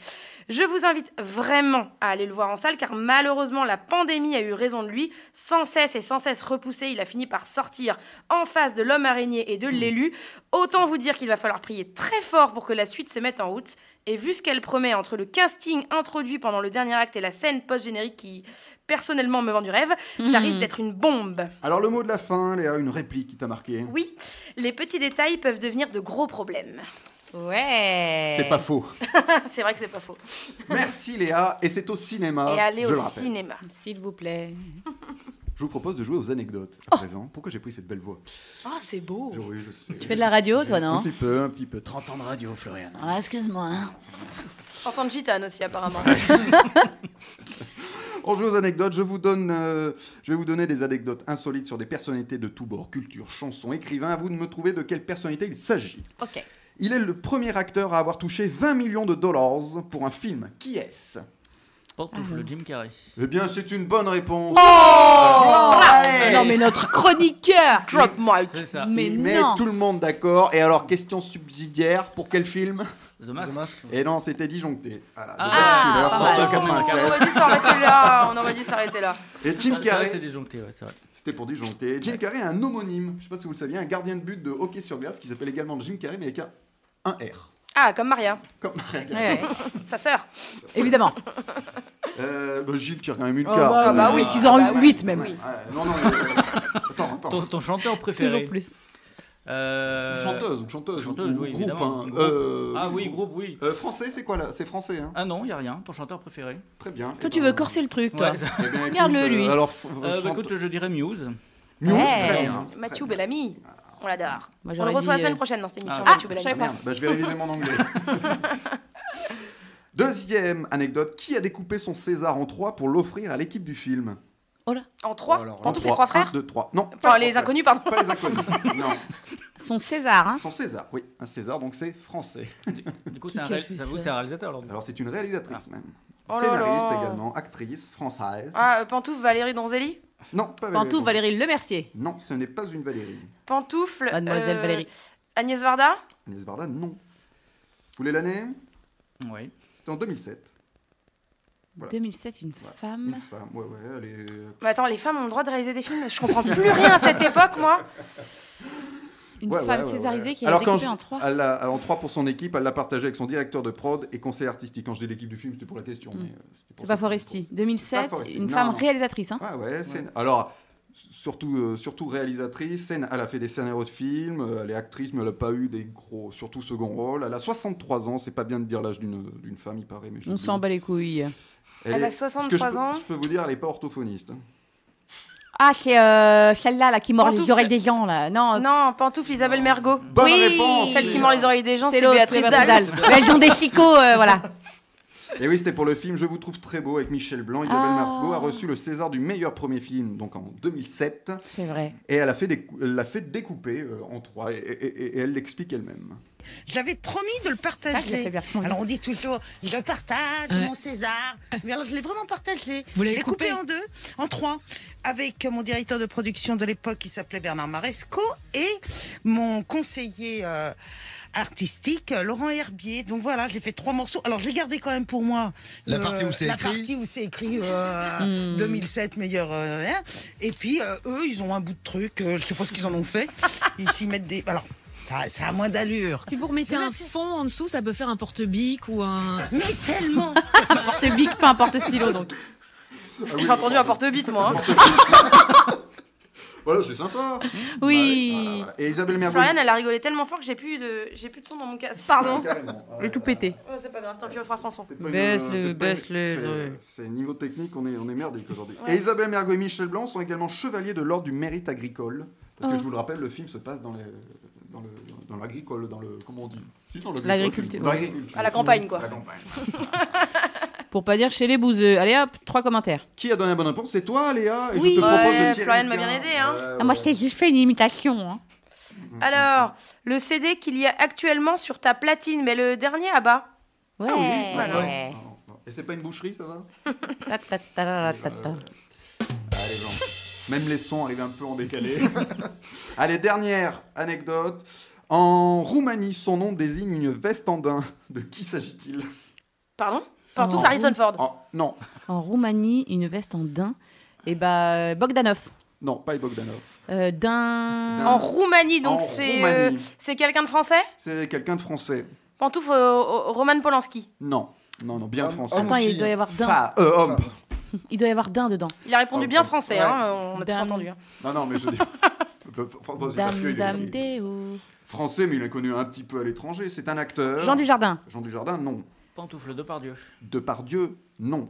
Je vous invite vraiment à aller le voir en salle, car malheureusement, la pandémie a eu raison de lui. Sans cesse et sans cesse repoussé, il a fini par sortir en face de l'homme araignée et de l'élu. Autant vous dire qu'il va falloir prier très fort pour que la suite se mette en route. Et vu ce qu'elle promet entre le casting introduit pendant le dernier acte et la scène post-générique qui, personnellement, me vend du rêve, ça
Mhm.
risque d'être une bombe.
Alors, le mot de la fin, Léa, une réplique qui t'a marqué.
Oui, les petits détails peuvent devenir de gros problèmes. *laughs* Ah,
Ouais.
C'est pas faux.
c'est vrai que c'est pas faux.
Merci Léa, et c'est au cinéma.
et aller
Ah, je le
au
rappelle.
cinéma.
S'il vous plaît.
Je vous propose de jouer aux anecdotes
Oh.
à présent. Pourquoi j'ai pris cette belle voix
Oh, c'est beau.
Oui, je sais.
Ah, Tu fais de la radio, toi,
Un
non
petit peu, un petit peu. 30 ans de radio, Florian. hein.
Ah, Excuse-moi.
Entendre gitane aussi,
*laughs*
apparemment.
On joue aux anecdotes. Je vous donne, euh, je vais vous donner des anecdotes insolites sur des personnalités de tous bords, culture, chansons, écrivains. À vous de me trouver de quelle personnalité il s'agit.
Ok.
Il est le premier acteur à avoir touché 20 millions de dollars pour un film. Qui est-ce
Porte-touche, le Jim Carrey.
Eh bien, c'est une bonne réponse.
Oh Ah Non, mais notre chroniqueur
Drop mic.
C'est ça.
Mais
il met
non
tout le monde d'accord. Et alors, question subsidiaire pour quel film *laughs*
The Mask. Ah,
Et non, c'était disjoncté. Voilà, de
Ah,
Ben
pas
Stiller, sorti
mal.
en 87.
On aurait dû s'arrêter là. On aurait dû s'arrêter là.
Et
Ah,
Jim
c'est vrai, C'est
Carrey,
disjoncté, ouais, c'est vrai.
c'était pour disjoncter. Jim Carrey est un homonyme, je sais pas si vous le saviez, un gardien de but de hockey sur glace qui s'appelle également Jim Carrey mais avec un, un R.
Ah, comme Maria,
Comme
Ouais, ouais.
sa sœur.
Évidemment.
euh, bah, Gilles tire quand même une
Oh,
carte.
bah, bah
Euh,
oui, qu'ils en
Ah,
ont
bah,
8 même.
oui.
ouais, non, non, mais, euh,
*laughs*
attends, attends.
Ton, ton
*laughs*
chanteur préféré
Toujours plus.
Euh,
Chanteuse ou chanteuse,
chanteuse,
ou
oui,
groupe.
évidemment.
hein. Euh,
Ah oui, groupe, oui.
euh, français, c'est quoi là C'est français, hein
Ah non, il a rien. Ton chanteur préféré
Très bien.
Toi,
Eh
tu
ben,
veux corser le truc, toi.
Ouais.
eh bien, écoute,
Regarde-le,
euh,
lui.
alors, f-
Euh, bah,
chante-
écoute, je dirais Muse.
Muse,
Ouais.
très bien. Très
Mathieu
bien.
Bellamy. On l'adore.
Moi,
On le
j'aurais
reçoit la
dit,
semaine
euh,
prochaine dans cette émission.
ah,
Mathieu
je
Bellamy.
savais pas.
Merde, bah, je vais réviser mon
*laughs*
anglais. Deuxième anecdote, qui a découpé son César en trois pour l'offrir à l'équipe du film
En trois.
Alors, en
Pantouf les
En
trois frères.
Un, deux, trois. Non,
Enfin,
pas
les
trois frères.
inconnus,
*laughs*
pardon.
Pas les inconnus. non,
Son César, hein
son César, oui, un César, donc c'est français.
Du coup,
Qui
c'est un,
qui a
réal-
fait
ça
ça
vous, c'est un réalisateur. alors.
Alors c'est une réalisatrice même.
Oh là
Scénariste
là.
également, actrice française.
Ah, euh, Pantouf Valérie Donzelli.
Non, pas Valérie.
Pantou, Valérie Lemercier.
Non, ce n'est pas une Valérie.
Pantoufle.
Mademoiselle
euh,
Valérie.
Agnès Varda.
Agnès Varda, non. Vous voulez l'année
Oui.
C'était en 2007. voilà.
2007, une
Voilà. Une
femme.
femme, ouais, ouais, elle est...
Mais attends, les femmes ont le droit de réaliser des films. Je comprends plus rien à cette époque, moi.
Une
Ouais,
femme
ouais, ouais,
césarisée
ouais.
qui
Alors,
est
quand
découpée
je- Ah,
en trois.
Elle l'a- en trois pour son équipe, elle l'a partagé avec son directeur de prod et conseiller artistique. Quand je dis l'équipe du film, c'était pour la question.
Mm.
mais, euh, c'était pour ça
C'est pas
que je
Foresti. 2007,
Pas Foresti,
une
non,
femme
non.
réalisatrice, hein
Ouais, Ah ouais, c'est- Alors, s- surtout, euh, surtout réalisatrice, scène- elle a fait des scénarios de films, euh, elle est actrice, mais elle n'a pas eu des gros, surtout second rôle. Elle a 63 ans, c'est pas bien de dire l'âge d'une d'une femme, il paraît, mais je
On
le dis.
s'en bat les couilles.
Elle a
est- ce que je
63
peux-
ans.
Je peux vous dire, elle n'est pas orthophoniste.
Ah, c'est euh, celle-là là, qui mord
Pantoufle.
les oreilles des gens, là. Non,
Non, Pantoufle Isabelle Mergot.
Bonne réponse
Celle qui mord les oreilles des gens,
c'est
c'est
l'autre,
Béatrice
c'est
Dalle.
Dalle. Mais Elles ont des chicots, euh, voilà.
Et oui, c'était pour le film Je vous trouve très beau avec Michel Blanc. Isabelle
Ah.
Margot a reçu le César du meilleur premier film, donc en 2007.
*laughs* C'est vrai.
Et elle a fait, décou- elle l'a fait découper euh, en trois, et, et- et- et elle l'explique elle-même.
J'avais promis de le
Ah, je l'ai fait
partager.
bien.
Alors on dit toujours, je partage mon César. Mais alors je l'ai vraiment partagé.
Vous l'avez
je l'ai coupé,
coupé
en deux, en trois, avec mon directeur de production de l'époque qui s'appelait Bernard Maresco et mon conseiller euh, artistique, euh, Laurent Herbier. Donc voilà, j'ai fait trois morceaux. Alors je l'ai gardé quand même pour moi.
La
euh,
partie où c'est
La
écrit.
partie où c'est écrit euh,
Hmm.
2007, meilleur. euh, rien. et puis euh, eux, ils ont un bout de truc, euh, je sais pas ce qu'ils en ont fait. Ils s'y mettent des. Alors, ça, ça a moins d'allure.
Si vous remettez un fond en dessous, ça peut faire un porte-bic ou un.
Mais tellement
Porte bic, pas un porte stylo donc.
*laughs*
J'ai entendu un porte-bite, moi. hein.
Voilà, c'est sympa.
Oui.
Bah voilà, voilà. Et Isabelle Merveille.
Floriane, elle a rigolé tellement fort que j'ai plus de, j'ai plus de son dans mon casque. Pardon.
Le tout pété.
Oh, c'est pas grave, tant pis, on fera sans son.
Baisse-le,
Baisse-le, baisse-le, ouais.
C'est niveau technique, on est, on est merdique aujourd'hui.
Ouais.
Et Isabelle Mergo et Michel Blanc sont également chevaliers de l'ordre du mérite agricole. Parce
Oh.
que je vous le rappelle, le film se passe dans les- dans le- dans l'agricole, dans, le. Comment on dit Si, dans
L'agriculture,
Dans
ouais.
l'agriculture.
À la campagne, quoi.
À la campagne.
Pour pas dire chez les bouseux. Allez hop, trois commentaires.
Qui a donné la bonne réponse C'est toi, Léa Et
Oui.
je te propose
Ouais,
de tirer
Florian
le
m'a bien
gain.
aidé, hein.
Ouais, ouais.
juste fait une imitation. Hein.
Mm,
Alors, le CD qu'il y a actuellement sur ta platine, mais le dernier à bas.
Ouais.
Ah oui, d'accord.
Ouais.
Non, non. Et c'est pas une boucherie, ça va
Ta, ta, ta, ta, ta, ta.
Allez, Jean. Euh, Même les sons arrivent un peu en décalé. *laughs* Allez, dernière anecdote. En Roumanie, son nom désigne une veste en daim. De qui s'agit-il
Pardon Partout
Non.
Harrison Ford.
Ah, Non,
En Roumanie, une veste en daim. Et bah, Bogdanov.
non, pas Bogdanov.
Euh, daim.
En Roumanie,
En
donc c'est euh,
Roumanie.
c'est quelqu'un de français
C'est quelqu'un de français.
Pantouf euh, euh, Roman Polanski.
Non, non, non, bien
Homme-
français.
homme
Attends,
ou
il
fille
doit y avoir daim.
Fa- euh, homme.
Femme.
Il doit y avoir daim dedans.
Il a répondu
Oh,
bien
oh,
français,
ouais.
hein, euh, on a tous
Dame.
entendu. hein.
Non, non, mais je
*laughs*
dis. Enfin, parce qu'il est-
Dame, dame,
il est
déo.
Français, mais il est connu un petit peu à l'étranger. C'est un acteur.
Jean Dujardin.
Jean Dujardin, non.
Pantoufle de par Dieu.
Depardieu, non.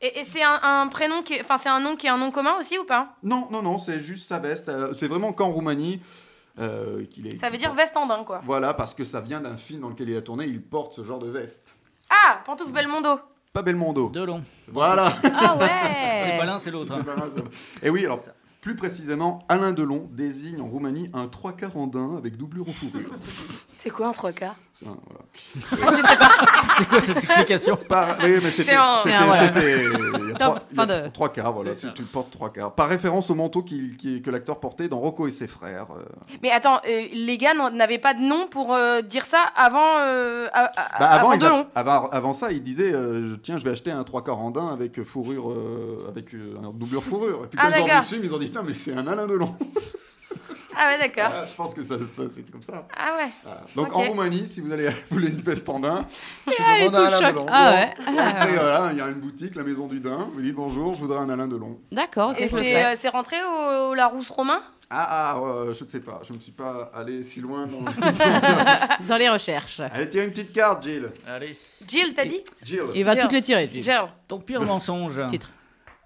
Et, et c'est un, un prénom qui est- Enfin, c'est un nom qui est un nom commun aussi ou pas
Non, non, non, c'est juste sa veste. euh, c'est vraiment qu'en Roumanie euh, qu'il est.
Ça veut
qu'il
dire
porte.
veste en daim, quoi.
Voilà, parce que ça vient d'un film dans lequel il a tourné, il porte ce genre de veste.
Ah Pantouf Belmondo
Pas Belmondo.
De long.
Voilà.
*laughs* Ah
C'est pas
ouais.
l'un, c'est l'autre.
*laughs* C'est
hein.
pas mal, ça. Et oui, alors, plus précisément, Alain Delon désigne en Roumanie un trois quarts en daim avec doublure en
*laughs*
fourrure.
C'est quoi un trois quarts
C'est un- voilà.
C'est quoi cette explication
Par- oui, mais c'était.
C'est un-
c'était-
c'est un, voilà.
c'était-
*laughs*
il y a
Top,
trois- il y a
fin de-
trois quarts, voilà.
C'est
Tu,
ça.
tu portes trois quarts. Par référence au manteau qu'il- qui- que l'acteur portait dans Rocco et ses frères. euh,
Mais attends, euh, les gars n'en- n'avaient pas de nom pour euh, dire ça avant, euh, a- a-
Bah,
avant,
avant, ils a-
Delon.
avant, avant ça, il disait euh, tiens, je vais acheter un trois quarts en daim avec fourrure, euh, avec euh, un doublure fourrure. Et puis
Ah,
quand ils ont vu
d'accord.
le film, ils ont dit putain, mais c'est un Alain Delon.
Ah ouais, d'accord.
Voilà, je pense que ça se passe c'est comme ça.
Ah ouais.
Voilà. Donc
Ok.
en Roumanie, si vous allez *laughs* vous voulez une veste en daim,
Elle est
Demande à
sous
Alain
choc.
Delon.
Ah ouais.
entrez, voilà, il y a une boutique, la maison du daim. Vous dites bonjour, je voudrais un Alain Delon.
D'accord. ok,
Et
je le
c'est
ferai.
euh, c'est rentré au, au Larousse romain
Ah ah, euh, je ne sais pas, je ne suis pas allé si loin. Dans...
Dans les recherches.
allez, tire une petite carte, Jill.
Allez.
Jill, t'as dit
Jill.
Il va
Tiens.
toutes les tirer. lui.
Jill.
Ton pire mensonge.
Titre.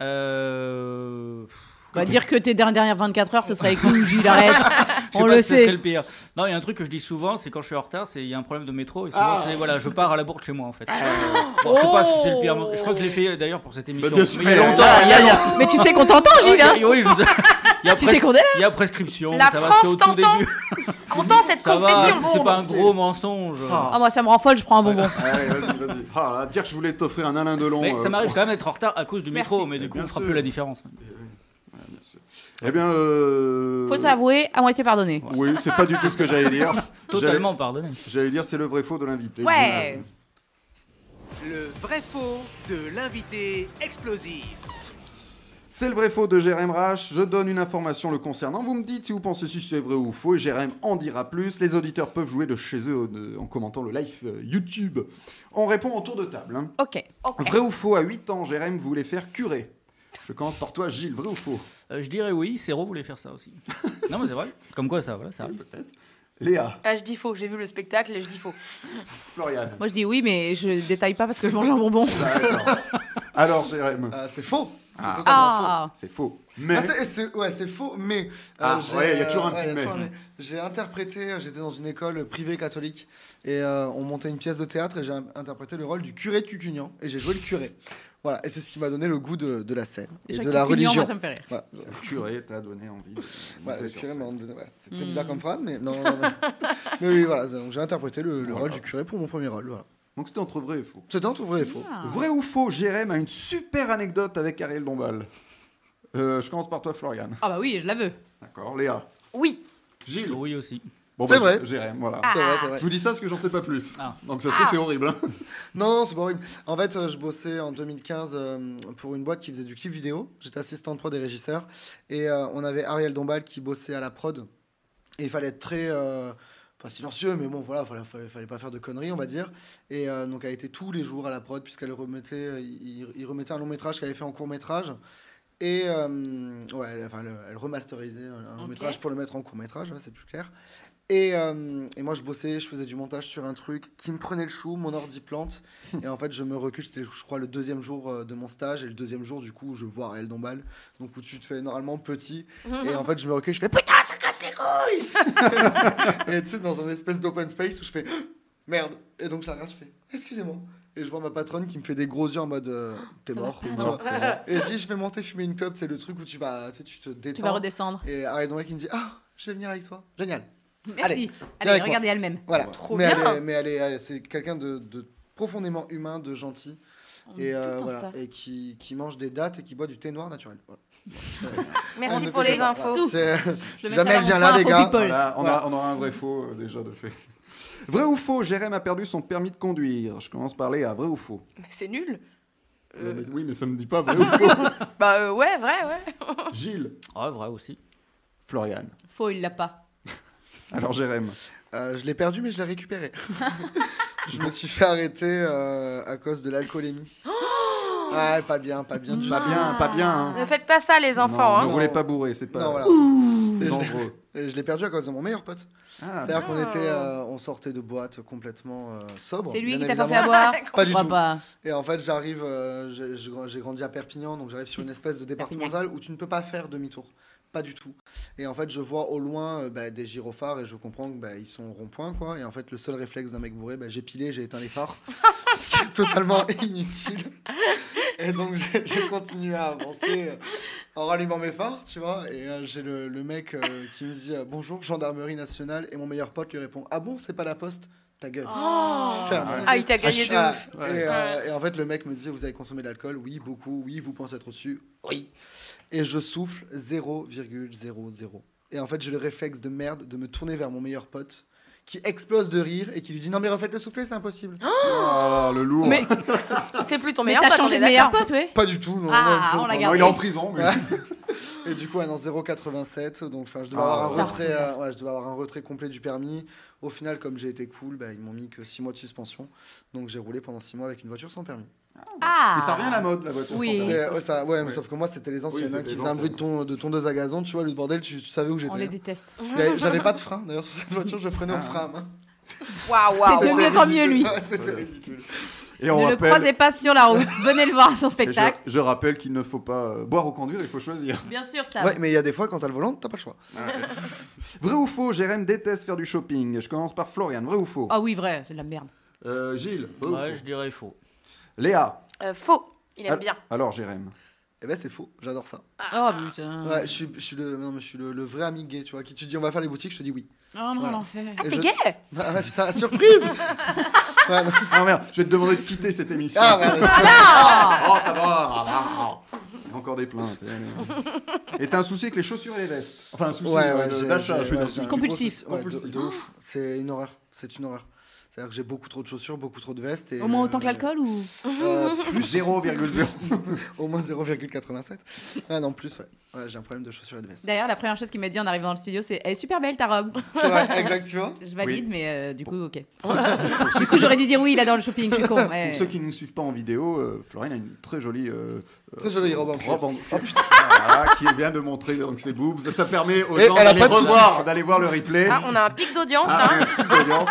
Euh.
On va dire que tes dernières 24 heures, ce serait avec nous, Gilles, arrête.
je sais
On
pas
le
si ce serait
sait.
le pire. Non, il y a un truc que je dis souvent, c'est quand je suis en retard, c'est il y a un problème de métro et souvent
Ah.
c'est voilà, je pars à la bourde chez moi en fait. Euh, Bon, je sais pas si c'est le pire. mensonge. Je crois que je l'ai fait euh, d'ailleurs pour cette émission.
Bah, bien sûr.
Mais il y a longtemps.
Ah, y a- y a- Mais tu sais qu'on t'entend, Gilles, hein
Oui, je vous- il y a
Tu sais
presque-
qu'on est là
Il y a prescription.
La
ça
France
va, c'était au tout
t'entend.
début.
Entends cette
Ça va,
confession.
c'est- c'est pas un gros mensonge.
Ah, moi, ça me rend folle, je prends un bonbon.
Allez, vas-y, vas-y. Ah, là, dire que je voulais t'offrir un Alain Delon.
Mais ça
euh,
m'arrive quand même d'être en retard à cause du
Merci.
métro, mais du
Mais
coup,
bien
on fera
sûr.
plus la différence.
Bien sûr. Eh bien, euh...
Faut avouer, à moitié pardonné.
Oui, c'est pas du tout ce que j'allais dire.
Totalement pardonné.
J'allais- J'allais dire c'est le vrai faux de l'invité.
Ouais.
Le vrai faux de l'invité explosif.
C'est le vrai faux de Jérém Rache. Je donne une information le concernant. Vous me dites si vous pensez si c'est vrai ou faux. Et Jérém en dira plus. Les auditeurs peuvent jouer de chez eux euh, en commentant le live euh, YouTube. On répond en tour de table. hein.
Ok.
Vrai ou faux, à 8 ans, Jérém voulait faire curer. Je commence par toi, Gilles. Vrai ou faux
Euh, je dirais oui, Céro voulait faire ça aussi. non, mais c'est vrai. Comme quoi, ça, voilà, ça. arrive.
Léa,
Ah, je dis faux, j'ai vu le spectacle et je dis faux.
Floriane.
Moi, je dis oui, mais je détaille pas parce que je mange un bonbon.
Ah,
*laughs*
d'accord. Alors, Jérém,
Euh, c'est faux. C'est
Ah.
totalement
Ah
c'est faux. Mais
Ah, c'est- c'est- ouais, c'est faux, mais. euh,
Ah,
j'ai,
ouais, il y a toujours un petit
il y a
mais.
J'ai interprété, euh, j'étais dans une école privée catholique et euh, on montait une pièce de théâtre et j'ai in- interprété le rôle du curé de Cucugnan et j'ai joué le curé. Voilà, et c'est ce qui m'a donné le goût de, de la scène et
Jacques
de la
Coucugnan,
religion.
moi, ça me fait rire.
Voilà.
curé t'a donné envie de
Ouais,
monter
le
sur
curé
scène.
m'a donné- ouais, C'est très
Mm.
bizarre comme phrase, mais non. non, *laughs* non. mais oui, voilà, c'est- donc j'ai interprété le, le
Voilà.
rôle du curé pour mon premier rôle. Voilà.
Donc c'était entre vrai et faux.
C'était entre vrai et faux.
Ah.
Vrai ou faux, Jérém a une super anecdote avec Ariel Dombal. Euh, je commence par toi, Floriane.
Ah bah oui, je la veux.
D'accord, Léa.
Oui.
Gilles.
Oui aussi.
Bon,
C'est
bah,
vrai.
j'ai- J'ai rien, voilà.
C'est vrai, c'est vrai.
Je vous dis ça parce que j'en sais pas plus.
Ah.
Donc ça se trouve,
Ah.
c'est horrible.
*laughs*
hein.
Non, non, c'est pas horrible. En fait, euh, je bossais en 2015 euh, pour une boîte qui faisait du clip vidéo. J'étais assistant de prod et régisseur. Et euh, on avait Ariel Dombal qui bossait à la prod. Et il fallait être très. euh, pas silencieux, mais bon, voilà, fallait, fallait, fallait pas faire de conneries, on va dire. Et euh, donc, elle était tous les jours à la prod, puisqu'elle remettait, euh, il, il remettait un long métrage qu'elle avait fait en court métrage. Et euh, ouais, elle, enfin, le- elle remasterisait un long
Ok.
métrage pour le mettre en court métrage, ouais, c'est plus clair. Et, euh, et moi, je bossais, je faisais du montage sur un truc qui me prenait le chou, mon ordi
*laughs*
plante. et en fait, je me recule, c'était, je crois, le deuxième jour euh, de mon stage. Et le deuxième jour, du coup, je vois Ariel Dombal. Donc, où tu te fais énormément petit. et en fait, je me recule, je fais Putain, ça casse les
*laughs*
couilles Et tu sais, dans un espèce d'open space où je fais *gasps* Merde Et donc, je la regarde, je fais Excusez-moi. Et je vois ma patronne qui me fait des gros yeux en mode
*gasps*
euh, T'es
Ça va Ah,
mort.
pas.
tu
*laughs*
vois. Et je dis Je vais monter fumer une clope. C'est le truc où tu vas, tu sais, tu te
Tu vas
détends.
redescendre.
et Ariel Dombal qui me dit Ah, je vais venir avec toi. Génial.
Merci. Allez,
viens avec moi.
regardez elle-même.
Voilà.
Trop
mais
bien.
Elle est, mais elle est- elle- c'est quelqu'un de, de profondément humain, de gentil.
On dit
Et,
tout le
euh,
temps
voilà.
ça.
et qui, qui mange des dates et qui boit du thé noir naturel. Voilà. On ne
Merci
fait
pour
que
les
ça.
infos.
Tout.
C'est- euh,
Je
si
le
jamais
mettrai
elle vient
dans
là,
mon
les
coin,
gars.
People.
Voilà, on, a- on aura un vrai faux euh, déjà de fait. Vrai ou faux, Jérém a perdu son permis de conduire. Je commence par les à vrai ou faux.
Mais c'est nul. Euh,
Euh, mais- oui, mais ça me dit pas
*laughs*
vrai ou faux.
Bah euh, ouais, vrai, ouais.
Gilles.
Ah, vrai aussi.
Florian.
Faux, il l'a pas.
Alors Jérém.
Euh, je l'ai perdu, mais je l'ai
*laughs*
récupéré. je me suis fait arrêter euh, à cause de l'alcoolémie.
Oh
ah, pas bien, pas bien du
Pas
tout.
bien, pas bien. hein.
Ne faites pas ça, les enfants.
Non,
hein.
Ne roulez pas bourré, c'est pas
Non, voilà.
c'est
Et je l'ai-
dangereux.
et je l'ai perdu à cause de mon meilleur pote.
Ah,
C'est-à-dire qu'on
Ah.
était, euh, on sortait de boîte complètement euh, sobre.
C'est lui
bien
qui t'a forcé
évidemment.
à *laughs* boire.
Pas
Je
du
crois
tout.
pas.
Et en fait, j'arrive, euh, j'ai- j'ai j'ai grandi à Perpignan, donc j'arrive sur une espèce de départementale où tu ne peux pas faire demi-tour. Pas du tout. Et en fait, je vois au loin euh, bah, des gyrophares et je comprends que bah, ils sont au rond-point, quoi. Et en fait, le seul réflexe d'un mec bourré, bah, j'ai pilé, j'ai éteint les phares, *laughs* ce qui est totalement inutile. Et donc, j'ai j'ai continué à avancer euh, en rallumant mes phares, tu vois. Et euh, j'ai le, le mec euh, qui me dit euh, bonjour, gendarmerie nationale. Et mon meilleur pote lui répond ah bon, c'est pas la poste, ta gueule.
Oh.
Ferme.
Ah, il t'a gagné de
Ah,
ouf.
Et, euh, et en fait, le mec me dit Vous avez consommé de l'alcool Oui, beaucoup. Oui, vous pensez être au-dessus Oui. Et je souffle 0,00. Et en fait, j'ai le réflexe de merde de me tourner vers mon meilleur pote qui explose de rire et qui lui dit Non, mais refaites le souffler, c'est impossible.
Hein?
Ah, le lourd.
Mais- C'est plus ton
Mais
meilleur
t'as
pote,
changé
on
de
est
meilleur
d'accord.
pote, ouais.
Pas du tout. Non,
Ah,
non,
on l'a
non,
Non, il est en prison. Mais...
et du coup, ouais, non, 0,87. Donc, enfin, je devais
Ah,
avoir un
Star
retrait,
Football.
euh, ouais, je devais avoir un retrait complet du permis. Au final, comme j'ai été cool, bah, ils m'ont mis que 6 mois de suspension. Donc, j'ai roulé pendant 6 mois avec une voiture sans permis.
Ah.
Mais ça revient à la mode, la voiture.
Oui.
sans
C'est-
permis.
ouais, ça- ouais, mais
Ouais.
sauf que moi, c'était les
Oui,
anciennes hein,
c'était
qui
les
faisaient un
anciennes.
bruit de, ton, de tondeuse à gazon. Tu vois, le bordel, tu, tu savais où
On
j'étais.
les
hein.
déteste.
J'avais-
*laughs*
J'avais pas de frein, d'ailleurs, sur cette voiture, je freinais au frein. à main.
Waouh, waouh.
C'est de mieux en mieux, lui.
Ouais, C'était ridicule.
Et on
Ne le
rappelle-
croisez pas sur la
*laughs*
route. Venez le voir à son
et je,
spectacle.
je rappelle qu'il ne faut pas euh, boire ou conduire, il faut choisir. *laughs*
Bien sûr, ça.
Ouais, mais il y a des fois, quand t'as le volant, t'as pas le choix.
Vrai ou faux, Jérém déteste faire du shopping. Je commence par Florian, vrai ou faux
Ah oui, vrai, c'est de la merde.
Euh, Gilles, vrai ou
Ouais,
faux
je dirais faux.
Léa.
Euh, faux. Il aime
Al-
bien.
Alors Jérém.
Et ben, c'est faux, j'adore ça.
Oh putain.
Ah. Ouais, je suis, je suis, le, non, mais je suis le, le vrai ami gay, tu vois, qui tu dis on va faire les boutiques, je te dis oui. *laughs*
Oh non,
Voilà.
l'enfer.
Et
T'es
je-
gay
Ah, ouais, putain, surprise *laughs*
*laughs*
Ouais, non.
Ah merde, je vais te demander de quitter cette émission.
Ah, merde.
Oh, ça va Encore des plaintes. allez. Et t'as un souci avec les chaussures et les vestes. Enfin, un souci
Ouais,
euh,
ouais,
de-
j'ai-
d'achat,
j'ai-
je veux
ouais,
dire.
j'ai un gros
Compulsif.
souci- ouais, de-
Compulsif.
de ouf. C'est une horreur. C'est une horreur. C'est-à-dire que j'ai beaucoup trop de chaussures, beaucoup trop de vestes. et-
Au moins autant que l'alcool ou *laughs*
Euh,
Plus 0,0.
Au moins 0,87. Ah non, plus, ouais. Ouais, j'ai un problème de chaussures et de
*laughs*
veste.
D'ailleurs, la première chose qu'il m'a dit en arrivant dans le studio, c'est Elle est super belle ta robe.
C'est vrai, exact, tu vois.
Je valide, mais euh, du coup, ok. *laughs* du coup, j'aurais dû dire oui là dans le shopping, je suis con. ouais.
Pour ceux qui ne nous suivent pas en vidéo, euh, Florine a une très jolie euh,
Très jolie robe en cuir.
en cuir. *laughs* Voilà, qui vient de montrer donc ses boobs. Ça, ça permet aux
Et
gens
elle a
d'aller
pas de
revoir,
soutif.
d'aller voir le replay.
Ah, on a un pic d'audience,
*laughs* Ah,
hein.
toute l'audience.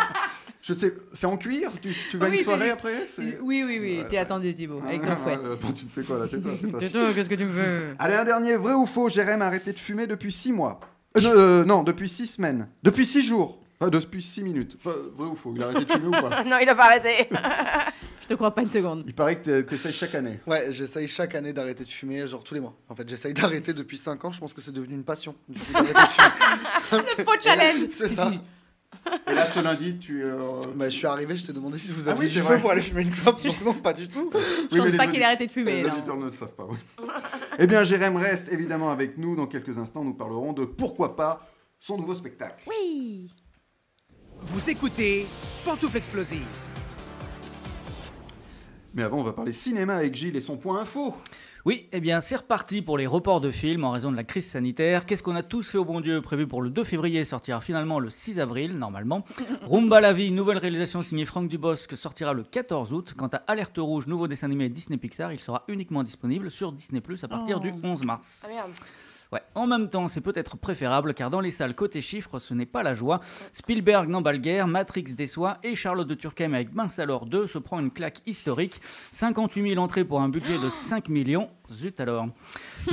Je sais, c'est en cuir Tu, tu vas à
Oui,
une
c'est-
soirée après C'est-
Oui, oui, oui,
Ouais,
t'es
ça-
attendu, Thibaut, avec ton fouet.
Euh, tu me fais quoi là Tais-toi, tais-toi.
Qu'est-ce que tu me veux
Allez, un dernier, vrai ou faux, Jérém a arrêté de fumer depuis 6 mois. Euh, non, euh, non, depuis 6 semaines. Depuis 6 jours. Enfin, depuis 6 minutes. Enfin, vrai ou faux, il a arrêté de fumer ou pas
*laughs* Non, il a pas arrêté.
Je te crois pas une seconde.
Il paraît que t'es- t'essayes chaque année.
Ouais, j'essaye chaque année d'arrêter de fumer, genre tous les mois. En fait, j'essaye d'arrêter depuis 5 ans. Je pense que c'est devenu une passion. du coup, d'arrêter de
*laughs*
fumer.
Ah, Faux challenge
C'est
Si,
ça.
si.
Et là, ce lundi, tu. euh,
Bah, je suis arrivé, je t'ai demandé si vous
Ah
aviez
oui,
du
c'est
feu
vrai.
pour aller fumer
*laughs*
une clope. Donc, non, pas du tout.
Je pense
les
pas
audi-
qu'il ait arrêté de fumer.
Les
non.
auditeurs ne le savent pas, oui. eh bien, Jérém reste évidemment avec nous. Dans quelques instants, nous parlerons de pourquoi pas son nouveau spectacle.
Oui
Vous écoutez Pantoufle Explosive.
Mais avant, on va parler cinéma avec Gilles et son point info.
Oui, eh bien, c'est reparti pour les reports de films en raison de la crise sanitaire. Qu'est-ce qu'on a tous fait au bon Dieu Prévu pour le 2 février, sortira finalement le 6 avril, normalement. Rumba la vie, nouvelle réalisation signée Franck Dubosc, sortira le 14 août. Quant à Alerte Rouge, nouveau dessin animé Disney Pixar, il sera uniquement disponible sur Disney Plus à partir du 11 mars.
Ah merde.
Ouais, en même temps, c'est peut-être préférable car dans les salles côté chiffres, ce n'est pas la joie. Spielberg n'emballe guère, Matrix déçoit et Charlotte de Turckheim avec Mince alors 2 se prend une claque historique. 58 000 entrées pour un budget
Ah.
de 5 millions, zut alors.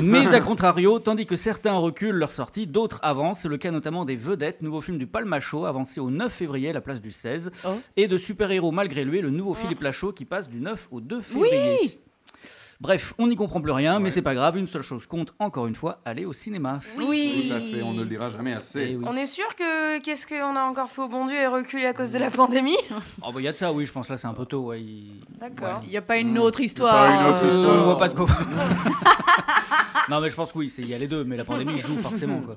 Mais à contrario, tandis que certains reculent leur sortie, d'autres avancent. Le cas notamment des Vedettes, nouveau film du Palmachot, avancé au 9 février à la place du 16.
Oh.
Et de Super-héros malgré lui, le
Ah.
nouveau Philippe Lachaud qui passe du 9 au 2 février. Bref, on n'y comprend plus rien, mais c'est pas grave, une seule chose compte, encore une fois, aller au cinéma.
Oui.
Tout à fait, on ne le dira jamais assez.
Eh oui.
On est sûr que qu'est-ce qu'on a encore fait au bon Dieu et reculé à cause de la pandémie
Oh bah y a de ça, oui, je pense là c'est un peu tôt. Ouais. il-
D'accord.
Il n'y a pas
Hmm.
une autre histoire.
pas une autre
euh,
Euh,
histoire.
on voit pas
*laughs*
de quoi. non mais je pense que oui, c'est- il y a les deux, mais la pandémie
*laughs*
joue forcément quoi.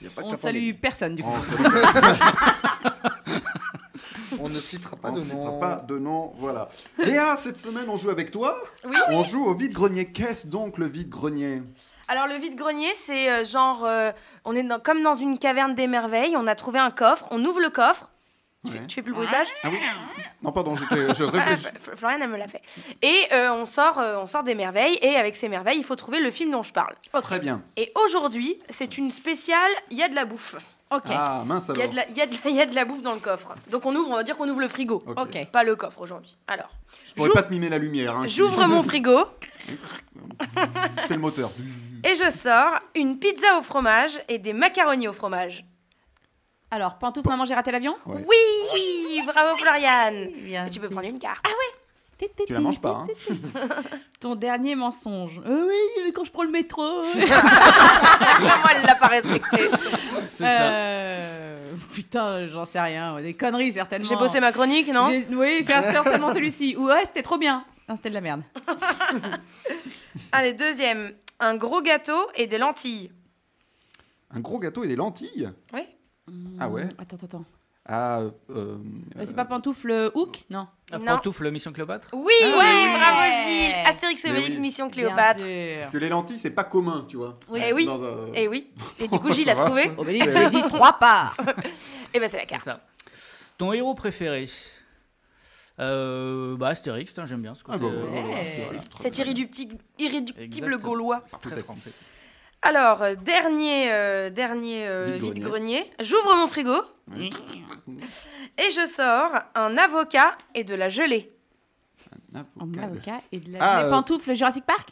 Il y a pas que
On
la pandémie.
salue personne du coup.
On salue-
On ne citera pas
on
de
citera
nom.
pas de nom, voilà. Léa, cette semaine, on joue avec toi.
Oui.
On joue au vide-grenier. Qu'est-ce donc le vide-grenier
Alors le vide-grenier, c'est euh, genre euh, on est dans- comme dans une caverne des merveilles, on a trouvé un coffre, on ouvre le coffre. Tu, fais-
Ouais.
tu fais plus le bruitage
Ah oui Non, pardon, j'étais- je
Ah,
réfléchis.
F- F- Floriane, elle me l'a fait. Et euh, on, sort, euh, on sort des merveilles, et avec ces merveilles, il faut trouver le film dont je parle.
Très bien.
Et aujourd'hui, c'est une spéciale, il y a de la bouffe.
Ok.
Ah, mince
Il y, a
alors.
de la- il y a de la- il y a de la bouffe dans le coffre. Donc on ouvre, on va dire qu'on ouvre le frigo.
Ok.
Ok.
Pas le coffre aujourd'hui. Alors,
Je pourrais
j'ouvre-
pas te mimer la lumière. hein, qui-
j'ouvre mon frigo
Je fais le moteur.
et je sors une pizza au fromage et des macaronis au fromage.
Hmm.
Alors, pantouf, maman, j'ai raté l'avion
Ouais.
Oui, oui, bravo
Eh
Floriane. Et tu peux prendre une carte. *laughs*
Tu la manges pas, hein
Ton dernier mensonge. Euh, oui, quand je prends le
*laughs*
métro.
Comment elle l'a pas respecté
C'est ça.
Euh, Putain, j'en sais rien. Des conneries, certainement.
J'ai bossé ma chronique, non
J'ai- Oui, c'est certainement celui-ci. Ou ouais, c'était trop bien. Non, c'était de la merde.
Allez, deuxième. Un gros gâteau et des lentilles.
Un gros gâteau et des lentilles
Oui.
Ah ouais
Attends, attends, attends.
Ah, euh, euh,
Euh, C'est pas pantoufle euh, hook Non.
La
Non.
Pantoufle Mission Cléopâtre
Oui,
ouais.
bravo Gilles. Astérix
Mais
Obélix,
oui.
Mission Cléopâtre.
Bien
Parce
sûr.
que les lentilles, c'est pas commun, tu vois.
Oui. Eh oui.
Dans un-
Et oui.
*laughs*
Et du coup, Gilles a
Ça va.
trouvé.
Obélix se dit trois parts.
Et ben c'est la
C'est
carte.
ça. Ton héros préféré euh, bah Astérix, putain, j'aime bien ce côté.
Ah bah
euh,
voilà.
gaulois.
Voilà.
Cet irréductible, irréductible
Exactement.
gaulois.
C'est
Tout
très
à
français.
fait.
Alors, euh, dernier, euh, dernier euh,
Vide-grenier.
vide-grenier. J'ouvre mon frigo.
Oui.
Et je sors un avocat et de la gelée. Ah,
Un
En
Ah, avocat.
avocat et de la
Ah,
les
euh.
pantoufles Jurassic Park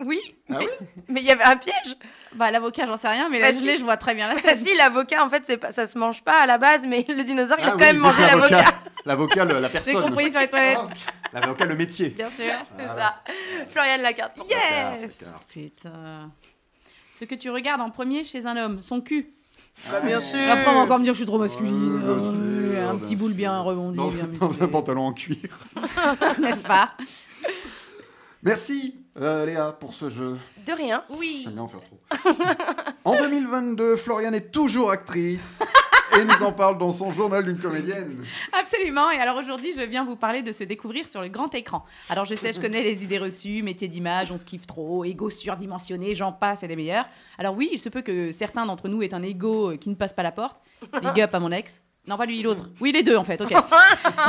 Oui,
Ah
mais *laughs* mais il y avait un piège.
Bah l'avocat, j'en sais rien, mais
Bah,
la
si.
gelée, je vois très bien la
Bah
scène.
si, l'avocat, en fait, c'est pas, ça se mange pas à la base, mais le dinosaure, il a
Ah
quand
oui,
même
donc
mangé l'avocat.
L'avocat, le- la
J'ai
personne. Oh. Ah,
compris sur les toilettes.
L'avocat, le métier.
Bien sûr.
C'est ça. Florian Lacarte.
Yes D'accord.
Putain. Ce que tu regardes en premier chez un homme, son cul.
Bah, bien sûr.
Et Après, on va encore me dire que je suis trop
Ah, Ouais,
masculine.
bien
euh,
sûr,
un
bien
petit boule
sûr.
bien rebondi.
Dans,
bien
dans
musclé.
un pantalon en cuir.
N'est-ce pas
Merci, euh, Léa, pour ce jeu.
De rien.
Oui.
J'aime bien en faire
*laughs*
trop. en 2022, Floriane est toujours
*laughs*
actrice et nous en parle dans son journal d'une
Mm.
comédienne.
Absolument. Et alors aujourd'hui, je viens vous parler de se découvrir sur le grand écran. Alors je sais, je connais les idées reçues, métier d'image, on se kiffe trop, égo surdimensionné, j'en passe et des meilleurs. Alors oui, il se peut que certains d'entre nous aient un égo euh, qui ne passe pas la porte. Big up à mon ex. Non, pas lui, l'autre. Oui, les deux en fait, ok.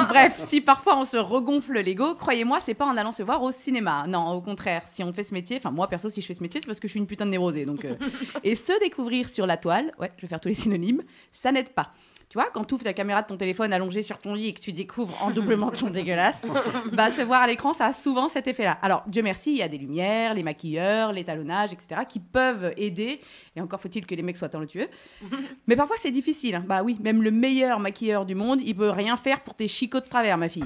Bref, si parfois on se regonfle l'ego, croyez-moi, c'est pas en allant se voir au cinéma. Non, au contraire, si on fait ce métier, enfin moi perso, si je fais ce métier, c'est parce que je suis une putain de névrosée. Donc, euh, Et se découvrir sur la toile, ouais, je vais faire tous les synonymes, ça n'aide pas. Tu vois, quand tu ouvres ta caméra de ton téléphone allongée sur ton lit et que tu découvres en doublement ton dégueulasse, bah, se voir à l'écran, ça a souvent cet effet-là. Alors, Dieu merci, il y a des lumières, les maquilleurs, l'étalonnage, etc., qui peuvent aider. Et encore faut-il que les mecs soient talentueux. Mais parfois, c'est difficile. hein. Bah oui, même le meilleur maquilleur du monde, il peut rien faire pour tes chicots de travers, ma fille.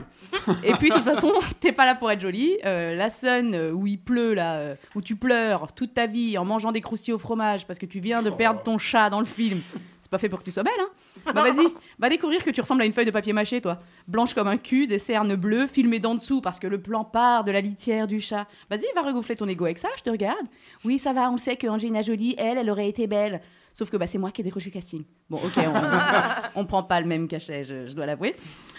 Et puis, de toute façon, *laughs* t'es pas là pour être jolie. Euh, la scène euh, où il pleut, là, euh, où tu pleures toute ta vie en mangeant des croustilles au fromage parce que tu viens de perdre ton chat dans le film, c'est pas fait pour que tu sois belle, hein. Bah vas-y, va découvrir que tu ressembles à une feuille de papier mâché, toi. Blanche comme un cul, des cernes bleues, filmées d'en dessous parce que le plan part de la litière du chat. Vas-y, va regonfler ton ego avec ça, je te regarde. Oui, ça va, on sait que Angelina Jolie, elle, elle aurait été belle. Sauf que bah, c'est moi qui ai déroché le casting. Bon, ok, on, on prend pas le même cachet, je, je dois l'avouer.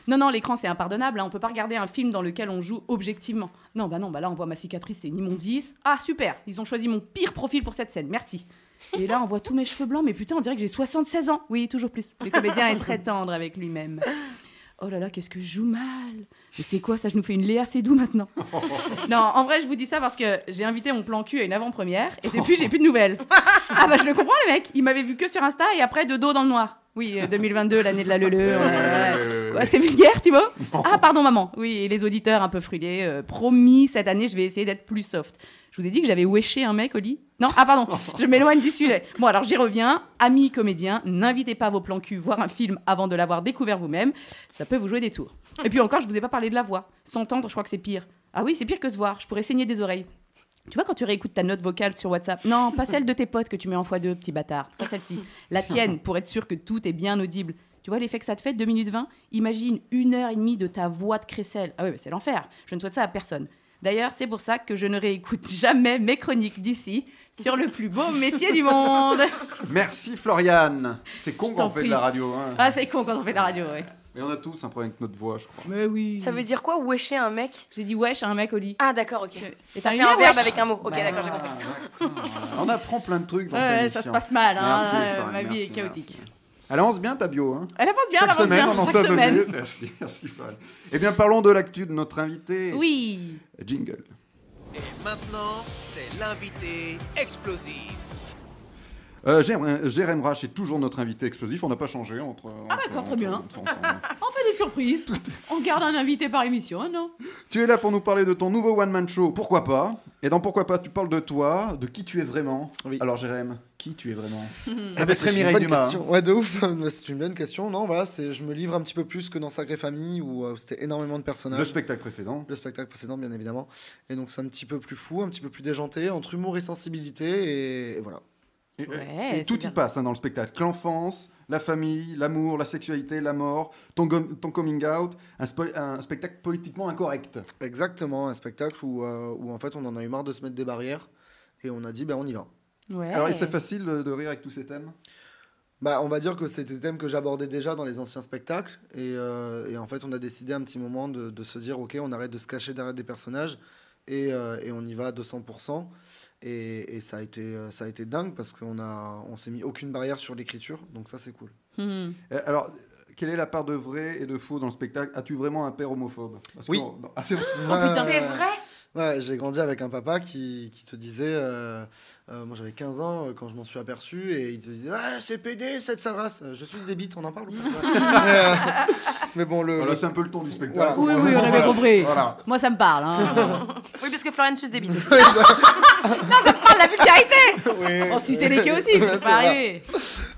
Non, non, l'écran, c'est impardonnable. hein. On peut pas regarder un film dans lequel on joue objectivement. Non, bah non, bah là, on voit ma cicatrice, c'est une immondice. Ah, super, ils ont choisi mon pire profil pour cette scène, merci. Et là, on voit tous mes cheveux blancs, mais putain, on dirait que j'ai 76 ans. Oui, toujours plus. Le comédien est très tendre avec lui-même. Oh là là, qu'est-ce que je joue mal Mais c'est quoi ça Je nous fais une Léa Seydoux maintenant Non, en vrai, je vous dis ça parce que j'ai invité mon plan cul à une avant-première et depuis, j'ai plus de nouvelles. Ah bah je le comprends, les mecs. Ils m'avaient vu que sur Insta et après de dos dans le noir. Oui, euh, 2022, l'année de la lele. ouais, ouais.
Euh,
Quoi, c'est vulgaire, Thibaut Ah, pardon, maman. Oui, et les auditeurs un peu frûlés. euh, promis, cette année, je vais essayer d'être plus soft. Je vous ai dit que j'avais weshé un mec au lit Non Ah, pardon, je m'éloigne du sujet. Bon, alors j'y reviens. Amis comédiens, n'invitez pas vos plans cul voir un film avant de l'avoir découvert vous-même. Ça peut vous jouer des tours. Et puis encore, je vous ai pas parlé de la voix. S'entendre, je crois que c'est pire. Ah oui, c'est pire que se voir. Je pourrais saigner des oreilles. Tu vois, quand tu réécoutes ta note vocale sur WhatsApp, non, pas celle de tes potes que tu mets en x2, petit bâtard, pas celle-ci, la tienne, pour être sûr que tout est bien audible. Tu vois l'effet que ça te fait, 2 minutes 20 Imagine une heure et demie de ta voix de crécelle. Ah oui, mais c'est l'enfer. Je ne souhaite ça à personne. D'ailleurs, c'est pour ça que je ne réécoute *laughs* jamais mes chroniques d'ici sur le plus beau métier
*laughs*
du monde.
Merci Floriane. C'est con
Je
qu'on
t'en
fait
prie.
de la radio. Hein.
Ah, c'est con quand on fait de la radio, ouais.
Mais on a tous un problème avec notre voix, je crois.
Mais oui.
Ça veut dire quoi, wesher un mec
J'ai dit wesh à un mec au lit.
Ah, d'accord, ok.
Et t'as
T'as fait
lumière,
un verbe
wesh.
avec un mot. Ok,
Bah,
d'accord, j'ai compris.
On apprend plein de trucs dans cette
Ouais,
émission.
ça se passe mal, hein.
Merci,
Ouais,
Floriane,
ma vie
merci,
est chaotique.
merci. Elle avance bien ta bio. Hein.
Elle avance bien, elle
chaque
avance
semaine,
bien,
on en sait
chaque
un peu
semaine.
plus. *laughs* Merci, merci Floriane. Eh bien, parlons de l'actu de notre invité.
Oui.
Jingle.
Et maintenant, c'est l'invité explosif.
Euh, Jérém- Jérém Rach est toujours notre invité explosif. On n'a pas changé entre. Ah,
d'accord, très bien. On fait des surprises. On garde un invité par émission, hein, non
Tu es là pour nous parler de ton nouveau one-man show, Pourquoi pas Et dans Pourquoi pas, tu parles de toi, de qui tu es vraiment.
Oui.
Alors, Jérém, qui tu es
*laughs*
vraiment
Ah
Ça
bah,
serait
c'est une
Mireille
bonne
Dumas. hein.
question. Ouais, de ouf. *laughs* Bah, c'est une bonne question. Non, voilà, c'est, je me livre un petit peu plus que dans Sacrée Famille où euh, c'était énormément de personnages.
Le spectacle précédent.
Le spectacle précédent, bien évidemment. Et donc, c'est un petit peu plus fou, un petit peu plus déjanté, entre humour et sensibilité. Et, et voilà.
Et, euh,
Ouais,
et
c'est
tout y
bien.
passe hein, dans le spectacle. L'enfance, la famille, l'amour, la sexualité, la mort, ton, gom- ton coming out, un, spo- un spectacle politiquement incorrect.
Exactement, un spectacle où, euh, où en fait, on en a eu marre de se mettre des barrières. Et on a dit, ben, on y va.
Ouais.
Alors, et c'est facile de, de rire avec tous ces thèmes
Bah, on va dire que c'était des thèmes que j'abordais déjà dans les anciens spectacles. Et, euh, et en fait, on a décidé un petit moment de, de se dire, OK, on arrête de se cacher derrière des personnages et, euh, et on y va à 200%. Et, et ça, a été, euh, ça a été dingue parce qu'on a- on s'est mis aucune barrière sur l'écriture. Donc ça, c'est cool.
Hmm.
Euh, Alors, quelle est la part de vrai et de faux dans le spectacle As-tu vraiment un père homophobe Parce que-
Oui.
non, ah, c'est vrai.
Ouais,
Oh, C'est
ouais.
vrai
Ouais, j'ai grandi avec un papa qui, qui te disait, euh, euh, moi j'avais 15 ans euh, quand je m'en suis aperçu, et il te disait, ah, c'est PD cette sale race, Euh, je suis des bites, on en parle ou pas
*laughs*
Ouais. Mais, euh, Mais bon, le,
Voilà,
le-
c'est un peu le ton du spectacle.
Voilà.
Oui, oui, on avait
Ah, Voilà.
compris.
Voilà.
Moi, ça me parle.
*laughs*
Hein.
Oui, parce que Florian suce des bites aussi.
parle Ah, la vulgarité
Oui.
On suçait les queues aussi, mais
Ouais,
c'est
c'est
pas
vrai.
arrivé.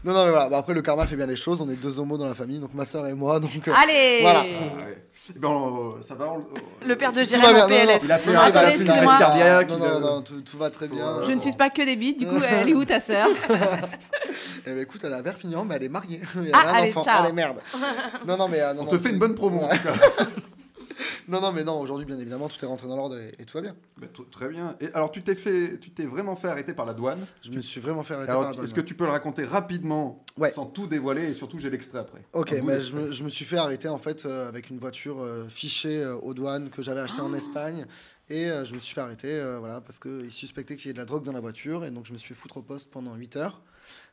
Non, non, mais voilà, Bah, après le karma fait bien les choses, on est deux homos dans la famille, donc ma soeur et moi, donc... euh,
Allez
Voilà.
Ah ouais. Eh ben, on- ça va on- on-
Le père de
tout va
Jérémy en
bien. Non, non,
PLS.
Il a fait
non,
un-
non,
il a fait une
excusez-moi.
crise cardiaque. euh,
Non,
il a-
non, non, tout, tout va très
Tout
bien.
va.
Je ne
suis
suce pas que des bites, du coup, elle est où ta sœur
Eh ben, écoute, elle est à Perpignan, mais elle est mariée. *laughs* Elle
Ah,
a un
allez,
enfant.
ciao.
Allez,
*laughs*
merde. Non, non, mais... euh, non,
On
non,
te fait une bonne promo. en tout cas.
Non, non, mais non, aujourd'hui, bien évidemment, tout est rentré dans l'ordre et, et tout va bien.
Bah, tr- très bien. Et alors, tu t'es fait, tu t'es vraiment fait arrêter par la douane.
Je me suis vraiment fait arrêter
Alors,
par la douane,
est-ce que tu peux le raconter rapidement,
Ouais.
sans tout dévoiler, et surtout j'ai l'extrait après. Ah,
Ok,
Un bout
bah, je,
d'extrait.
me, je me suis fait arrêter en fait euh, avec une voiture euh, fichée euh, aux douanes que j'avais achetée en
Ah.
Espagne. Et euh, je me suis fait arrêter euh, voilà, parce qu'ils suspectaient qu'il y ait de la drogue dans la voiture. Et donc je me suis fait foutre au poste pendant 8 heures.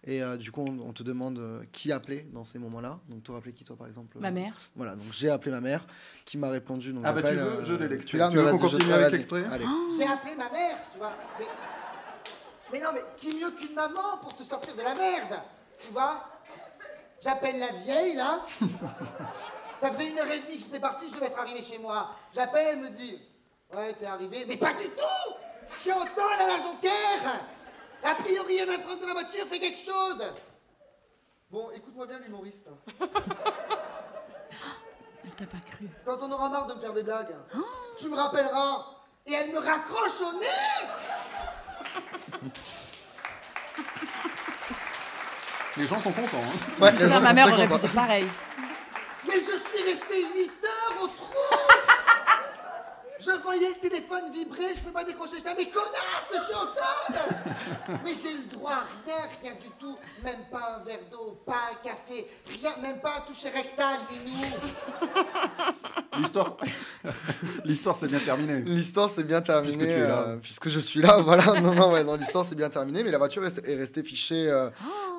Et euh, du coup, on, on te demande euh, qui appeler dans ces moments-là. Donc toi, appelé qui toi par exemple
Ma
euh,
mère.
Voilà, donc j'ai appelé ma mère qui m'a répondu. Donc,
Ah bah, tu
j'appelle, euh,
veux, je l'ai, l'extrait.
l'as,
Tu
mais
veux qu'on
vas-y, je-
continue
ah,
avec
vas-y.
l'extrait
Allez.
Oh,
J'ai appelé ma mère, tu vois. Mais, mais non, mais qui mieux qu'une maman pour te sortir de la merde, tu vois J'appelle la vieille,
*laughs*
là. Ça faisait une heure et demie que j'étais parti, je devais être arrivé chez moi. J'appelle, elle me dit Ouais, t'es arrivé. Mais pas du tout Je suis en temps, là, la jonquière A priori, un train dans la voiture, fait quelque chose
Bon, écoute-moi bien, l'humoriste.
*laughs* Elle t'a pas cru. Oh
Quand on aura marre de me faire des blagues, tu me rappelleras. Et elle me raccroche au nez
Les gens sont contents.
*laughs*
hein.
Ouais, les gens
Putain, ma
sont
mère
très
aurait
contents.
plutôt pareil.
Mais je suis resté 8 heures au trou Je voyais le téléphone vibrer, je peux pas décrocher, je dis, mais connasse, je suis en tôle Mais j'ai le droit à rien, rien du tout. Même pas un verre d'eau, pas un café, rien, même pas un toucher rectal, Minou.
L'histoire, *laughs* l'histoire s'est bien terminée.
L'histoire s'est bien terminée.
Puisque tu es là.
euh, puisque je suis là, *laughs* voilà. Non, non, ouais, non, l'histoire s'est bien terminée, mais la voiture est, est restée fichée. euh,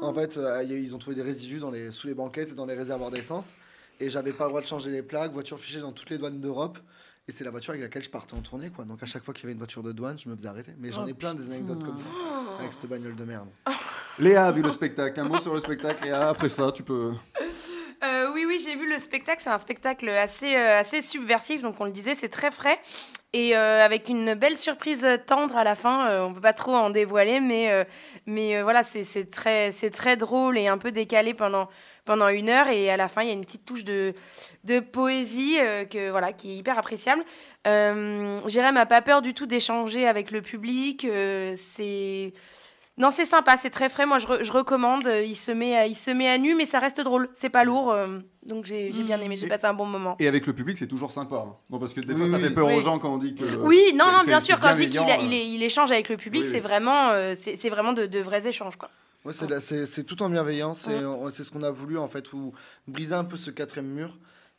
En fait, euh, y a- ils ont trouvé des résidus dans les, sous les banquettes et dans les réservoirs d'essence. Et j'avais pas le droit de changer les plaques. Voiture fichée dans toutes les douanes d'Europe. Et c'est la voiture avec laquelle je partais en tournée, quoi. Donc à chaque fois qu'il y avait une voiture de douane, je me faisais arrêter. Mais j'en
Oh,
ai plein des anecdotes comme ça, avec cette bagnole de merde.
Léa a vu le spectacle. Un mot sur le spectacle. Et après ça, tu peux.
Euh, oui, oui, j'ai vu le spectacle. C'est un spectacle assez, euh, assez subversif, donc on le disait, c'est très frais. Et euh, avec une belle surprise tendre à la fin, Euh, on peut pas trop en dévoiler, mais, euh, mais euh, voilà, c'est- c'est très, c'est très drôle et un peu décalé pendant, pendant une heure. Et à la fin, il y a une petite touche de, de poésie euh, que, voilà, qui est hyper appréciable. Euh, Jérém a pas peur du tout d'échanger avec le public. euh, c'est. Non, c'est sympa, c'est très frais. Moi, je, re- je recommande. Euh, Il se, met à, il se met à nu, mais ça reste drôle. C'est pas lourd. euh, donc, j'ai j'ai bien aimé. J'ai
Mm. Et-
passé un bon moment.
Et avec le public, c'est toujours sympa. hein. Bon, parce que des
Oui,
fois, ça
oui.
fait peur aux
Oui.
gens quand on dit que.
oui, non,
euh, c'est-
non,
c'est-
bien
c'est
sûr. Quand je dis qu'il
bienveillant,
a- il,
euh.
est- il échange avec le public,
Oui,
c'est
oui.
vraiment, euh, c'est c'est vraiment de, de vrais échanges. Quoi.
Ouais, c'est la- c'est c'est tout en bienveillance et on- c'est ce qu'on a voulu en fait, ou briser un peu ce quatrième mur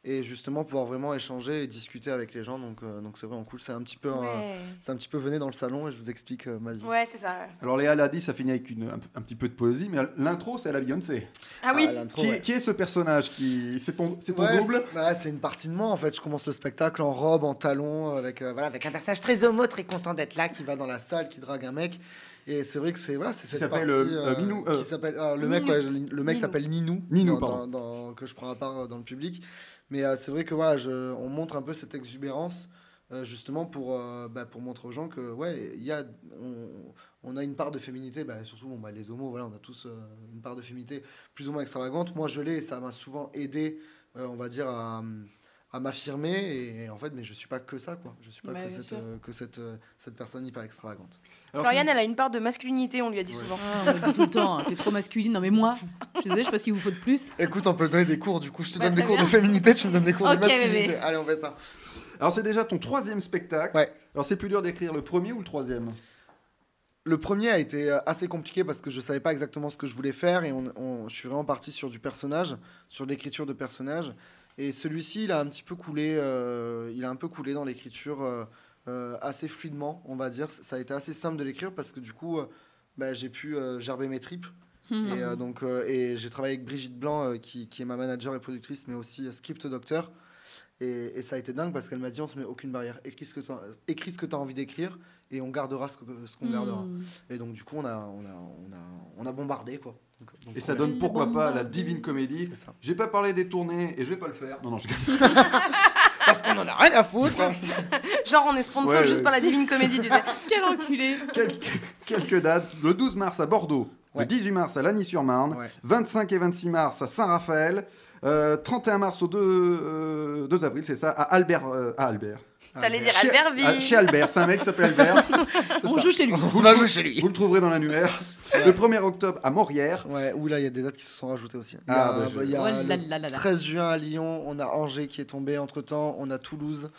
et justement pouvoir vraiment échanger et discuter avec les gens. Donc euh, donc c'est vraiment cool. C'est un petit peu un- c'est un petit peu venez dans le salon et je vous explique euh, ma vie.
Ouais, c'est ça. ouais.
Alors Léa l'a dit, ça finit avec une- un, un petit peu de poésie, mais l'intro, c'est à la Beyoncé.
Ah oui,
Ah, l'intro,
Qui,
ouais.
qui est ce personnage qui C'est ton, c'est ton
Ouais,
double
c'est- bah, C'est une partie de moi en fait. Je commence le spectacle en robe, en talons, avec euh, voilà,
Voilà,
avec
avec un personnage très homo, très
content
content d'être.
d'être là, qui va dans la salle, qui drague un mec. Et c'est vrai que c'est voilà, c'est cette
s'appelle,
partie
euh, euh, Minou, euh,
qui s'appelle alors, le mec,
Minou.
ouais, je- le mec
Minou.
s'appelle Ninou,
Ninou,
dans-
pardon.
dans- dans- que je prends à part euh, dans le public. Mais euh, c'est vrai que voilà, je- on montre un peu cette exubérance euh, justement pour euh, bah, pour montrer aux gens que ouais, il y a on, on a une part de féminité, bah, surtout bon, bah, les homos, voilà, on a tous euh, une part de féminité plus ou moins extravagante. Moi, je l'ai, et ça m'a souvent aidé, euh, on va dire à à m'affirmer et, en fait mais je suis pas que ça quoi je suis pas
Bah,
que,
bien
cette,
sûr.
euh, que cette euh, cette personne hyper extravagante
Alors,
Floriane, elle a une part de masculinité, on lui a dit
Ouais.
souvent.
Ah, on me dit tout le temps, t'es trop masculine. Non, mais moi, je suis désolée, je sais pas ce qu'il vous faut de plus.
Écoute, on peut donner des cours, du coup, je te
Bah,
donne des
très
cours
bien.
de féminité, tu me donnes des cours
Ok,
de masculinité.
bébé.
Allez, on fait ça.
c'est- alors, c'est déjà ton troisième spectacle.
Ouais.
Alors c'est plus dur d'écrire le premier ou le troisième
Le premier a été euh, assez compliqué parce que je savais pas exactement ce que je voulais faire et on, on- je suis vraiment parti sur du personnage, sur l'écriture de personnage. Et celui-ci, il a un petit peu coulé, euh, il a un peu coulé dans l'écriture euh, euh, assez fluidement, on va dire. Ça a été assez simple de l'écrire parce que du coup, euh, bah, j'ai pu euh, gerber mes tripes. Et, euh, donc, euh, et j'ai travaillé avec Brigitte Blanc, euh, qui, qui est ma manager et productrice, mais aussi euh, script docteur. Et, et ça a été dingue parce qu'elle m'a dit on se met aucune barrière. Écris ce que t'as- écris ce que tu as envie d'écrire et on gardera ce que- ce qu'on gardera.
Hmm.
Et donc, du coup, on a, on a, on a, on a bombardé. quoi. Donc- donc,
Et ça
on-
donne pourquoi pas la divine comédie.
c'est ça.
J'ai pas parlé des tournées et je vais pas le faire. Non, non, je
Parce qu'on en a rien à foutre.
Genre, on est sponsor
Ouais,
juste
ouais.
par la Divine Comédie,
*laughs*
tu sais.
Quel enculé
Quelques, quelques dates. Le 12 mars à Bordeaux.
Ouais.
Le 18 mars à Lagny-sur-Marne.
Ouais.
25 et 26 mars à Saint-Raphaël. euh, 31 mars au 2, euh, 2 avril, c'est ça, à Albert. euh, à Albert.
T'allais dire
Chez- à-
Albertville.
Chez Albert, c'est un mec qui s'appelle Albert. C'est
On
ça.
joue chez lui.
Vous le, trou- vous le trouverez dans l'annuaire. Le 1er octobre à Morières.
Ouais, ou là, il y a des dates qui se sont rajoutées aussi. Il y
Ah,
a-
bah, je-
bah, il y a
Oh là
le
là là là.
13 juin à Lyon, on a Angers qui est tombé entre temps, on a Toulouse,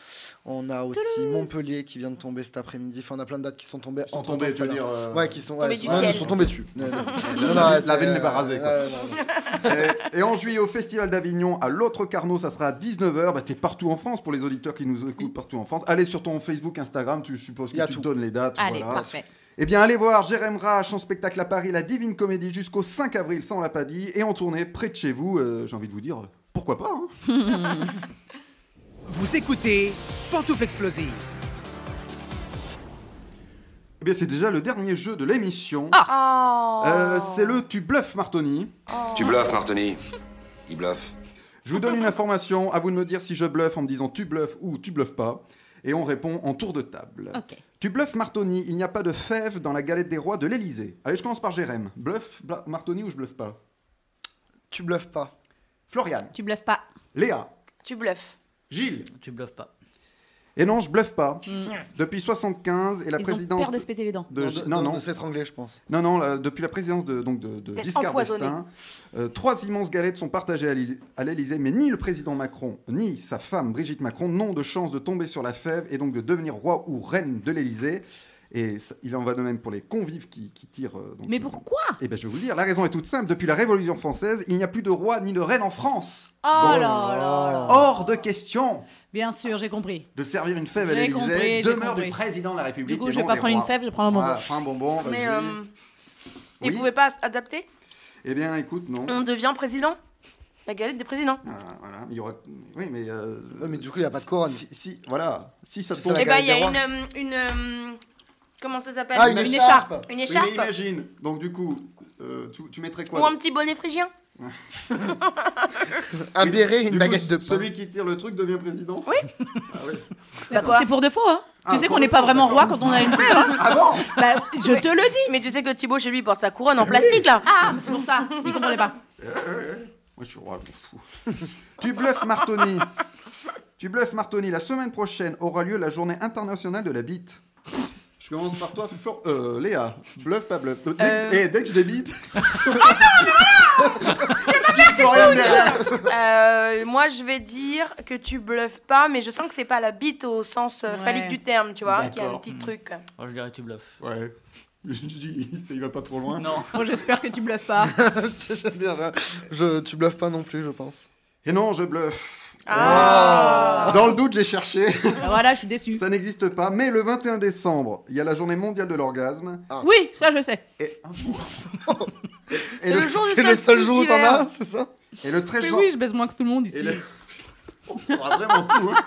on a aussi Montpellier qui vient de tomber cet après-midi. Enfin, on a plein de dates qui sont tombées
Sans
entre-temps,
tomber, je veux
celle-là.
dire. euh,
Ouais, qui sont,
Tombés
ouais,
du
ils sont-
ciel.
ils sont tombés dessus. *laughs* Non, non.
la,
Non, non,
ville-
c'est-
la ville n'est pas rasée. Quoi.
Ouais, non, non.
Et, et en juillet, au Festival d'Avignon, à l'autre Carnot, ça sera à 19h. Bah, t'es partout en France, pour les auditeurs qui nous écoutent partout en France. Allez sur ton Facebook, Instagram, tu, je suppose
Y
que
a
tu
tout.
donnes les dates.
Allez,
voilà.
parfait.
Eh bien, allez voir Jérém Rache en spectacle à Paris, la Divine Comédie, jusqu'au 5 avril, ça on l'a pas dit. Et en tournée près de chez vous, euh, j'ai envie de vous dire, pourquoi pas hein
Vous écoutez Pantoufle Explosive.
Eh bien, c'est déjà le dernier jeu de l'émission.
Oh.
Euh, c'est le Tu bluffes, Martoni.
Tu bluffes, Martoni. Il bluffe.
Je vous donne une information, à vous de me dire si je bluffe en me disant tu bluffes ou tu bluffes pas. Et on répond en tour de table.
Ok.
Tu bluffes Martoni, il n'y a pas de fève dans la galette des rois de l'Elysée. Allez, je commence par Jérém. Bluff bla- Martoni ou je bluffe pas
Tu bluffes pas.
Floriane,
Tu bluffes pas.
Léa,
Tu bluffes.
Gilles.
Tu bluffes pas.
Et non, je bluffe pas.
Mm.
Depuis 75 et la
Ils ont
présidence
peur de se péter les dents.
de-
Non,
Gi-
de-
non,
de-
non,
De s'étrangler, je pense.
non, non, la- depuis la présidence de, donc de, de
D'être
Giscard
empoisonné.
d'Estaing, euh, trois immenses galettes sont partagées à l'I- à l'Élysée, mais ni le président Macron, ni sa femme Brigitte Macron n'ont de chance de tomber sur la fève et donc de devenir roi ou reine de l'Élysée. Et ça- il en va de même pour les convives qui, qui tirent. euh, donc,
Mais
euh,
pourquoi
Eh bien, je vais vous le dire. La raison est toute simple. Depuis la Révolution française, il n'y a plus de roi ni de reine en France.
Oh là là là.
Hors de question
Bien sûr, j'ai compris.
de servir une fève à
J'ai compris,
l'Élysée,
j'ai
demeure
compris.
du président de la République.
Du coup,
et
je vais
non
pas
des
prendre une
rois. Ah.
fève, je vais prendre un bonbon.
Voilà, prends un bonbon. vas-y.
Mais euh, il
Oui.
pouvait pas s'adapter.
Eh bien, écoute, non.
On devient président. La galette des présidents.
Voilà, voilà. Il y aura... Oui, mais. euh,
Ouais, mais du coup, il n'y a pas de couronne.
Si, si- voilà. Si ça
C'est
tombe.
la
Et bah, il y a
galette
une. euh, une euh, comment ça s'appelle
Ah, une écharpe.
Une
Oui,
écharpe
mais imagine. Donc, du coup, euh, tu, tu mettrais quoi
Ou un petit bonnet frigien
Un
Oui,
béret
du
et une
coup,
baguette de pain.
Celui qui tire le truc devient président Oui. Ah, oui.
Bah,
C'est pour de faux, hein
Ah,
Tu sais
pour de
qu'on n'est pas
faux,
vraiment roi
d'accord.
quand on a une coupe, hein
Ah bon
Bah, je te le dis
Mais tu sais que Thibaut chez lui porte sa couronne en plastique là
Ah, mais c'est pour ça, il comprenait pas.
Moi, je suis roi, je m'en fous. *laughs* tu bluffes, Martoni. tu bluffes, Martoni. La semaine prochaine aura lieu la journée internationale de la bite. Je commence par toi, Flor- euh, Léa. Bluff, pas bluff. Dès, que-
Euh.
eh, dès que je débite. *laughs* Attends, mais voilà
Euh, Moi je vais dire que tu bluffes pas, mais je sens que c'est pas la bite au sens euh,
Ouais.
phallique du terme, tu vois, qu'il y a un
D'accord.
petit truc. quoi.
Oh, je dirais tu bluffes.
Ouais. *laughs* Je dis, il- il va pas trop loin.
Non.
Bon, j'espère que tu bluffes pas.
J'allais dire, là, je, tu bluffes pas non plus, je pense.
Et non, je bluffe.
Ah.
Dans le doute, j'ai cherché.
Ah, voilà, je suis déçue.
Ça n'existe pas. Mais le 21 décembre, il y a la journée mondiale de l'orgasme.
Ah.
Oui, ça je sais.
Et
le
le,
jour du
C'est le seul
solstice
jour où t'en
d'hiver.
as, c'est ça
et le 13
Mais
janvier.
oui, je baise moins que tout le monde ici.
Et le... On saura vraiment tout. hein.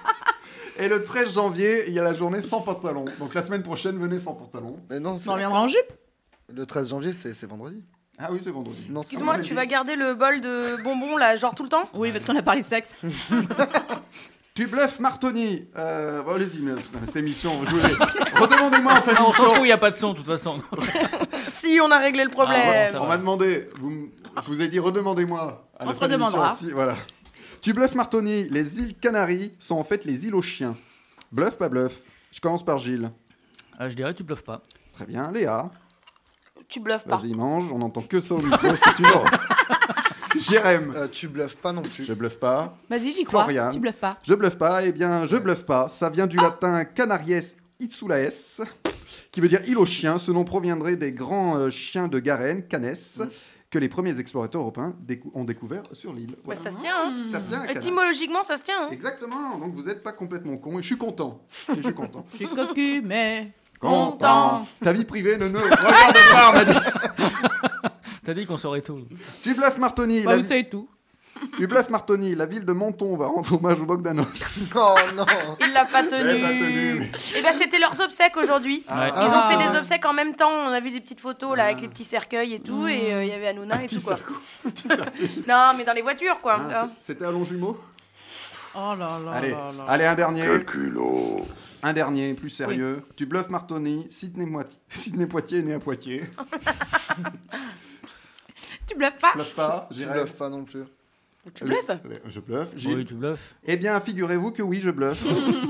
Et le 13 janvier, il y a la journée sans pantalon. Donc la semaine prochaine, venez sans pantalon.
Mais non,
On
c'est-
reviendra en jupe.
le 13 janvier, c'est c'est vendredi.
Ah oui, c'est vendredi.
Non, c'est
Excuse-moi,
vendredi.
tu vas garder le bol de bonbons là, genre tout le temps
Oui, parce qu'on a parlé *laughs* sexe.
Tu bluffes, Martoni. Euh, bon, allez-y, mais putain, mais cette émission, je voulais. Redemandez-moi en fait
Non, on s'en fout,
l'émission.
il n'y a pas de son de toute façon.
Si, on a réglé le problème.
Ah, ouais,
On m'a demandé, vous, m- je vous ai dit redemandez-moi. à la
On te
fin de l'émission,
hein.
redemandera.
si- voilà. Tu bluffes, Martoni. Les îles Canaries sont en fait les îles aux chiens. Bluff, pas bluff. Je commence par Gilles.
Ah, je dirais tu bluffes pas.
Très bien, Léa.
tu bluffes pas.
Vas-y, mange. On n'entend que ça au micro, c'est une
*laughs*
horreur. Jérém.
Euh, tu bluffes pas non plus.
Je bluffe pas.
Ah. Vas-y, j'y crois.
Florian.
Tu bluffes pas.
Je bluffe pas. Eh bien, je bluffe pas. Ça vient du
Ah.
latin canariès itsulaes, qui veut dire île aux chiens. Ce nom proviendrait des grands euh, chiens de Garenne, canes,
Mm.
que les premiers explorateurs européens décou- ont découvert sur l'île.
Bah,
Voilà.
ça se tient, hein.
Ça se tient, canard.
Étymologiquement, ça se tient, hein.
Exactement. Donc vous n'êtes pas complètement con. Et je suis content. Et je suis
*laughs*
content.
Je suis cocu, mais. Content.
content. Ta vie privée ne ne
*laughs*
regarde pas. m'a dit.
T'as dit qu'on saurait tout.
Tu bluffes, Martoni.
Bah,
la
vous
vi-
savez tout.
Tu bluffes, Martoni. La ville de Menton va rendre hommage au Bogdanov.
*laughs* Oh
*laughs*
non
Il l'a pas
Elle l'a tenu,
tenu. Et bah, c'était leurs obsèques aujourd'hui.
Ouais.
Ils
Ah.
ont fait des obsèques en même temps. On a vu des petites photos là avec les petits cercueils et tout, et euh, il y avait Hanouna et tout quoi. Non, mais dans les voitures quoi.
Ah,
hein.
c'est- C'était à long jumeau.
Oh là là.
Allez,
là là.
allez, un dernier.
Quel culot
Un dernier, plus sérieux. Tu bluffes Martoni, Sidney, Moiti- *laughs* Sidney Poitier est né à Poitiers.
Tu bluffes pas.
Bluffe pas,
Tu
Jérém.
bluffes pas non plus.
Tu bluffes
Allez, Je bluffe, Gilles.
Oui, tu bluffes.
Eh bien, figurez-vous que oui, je bluffe.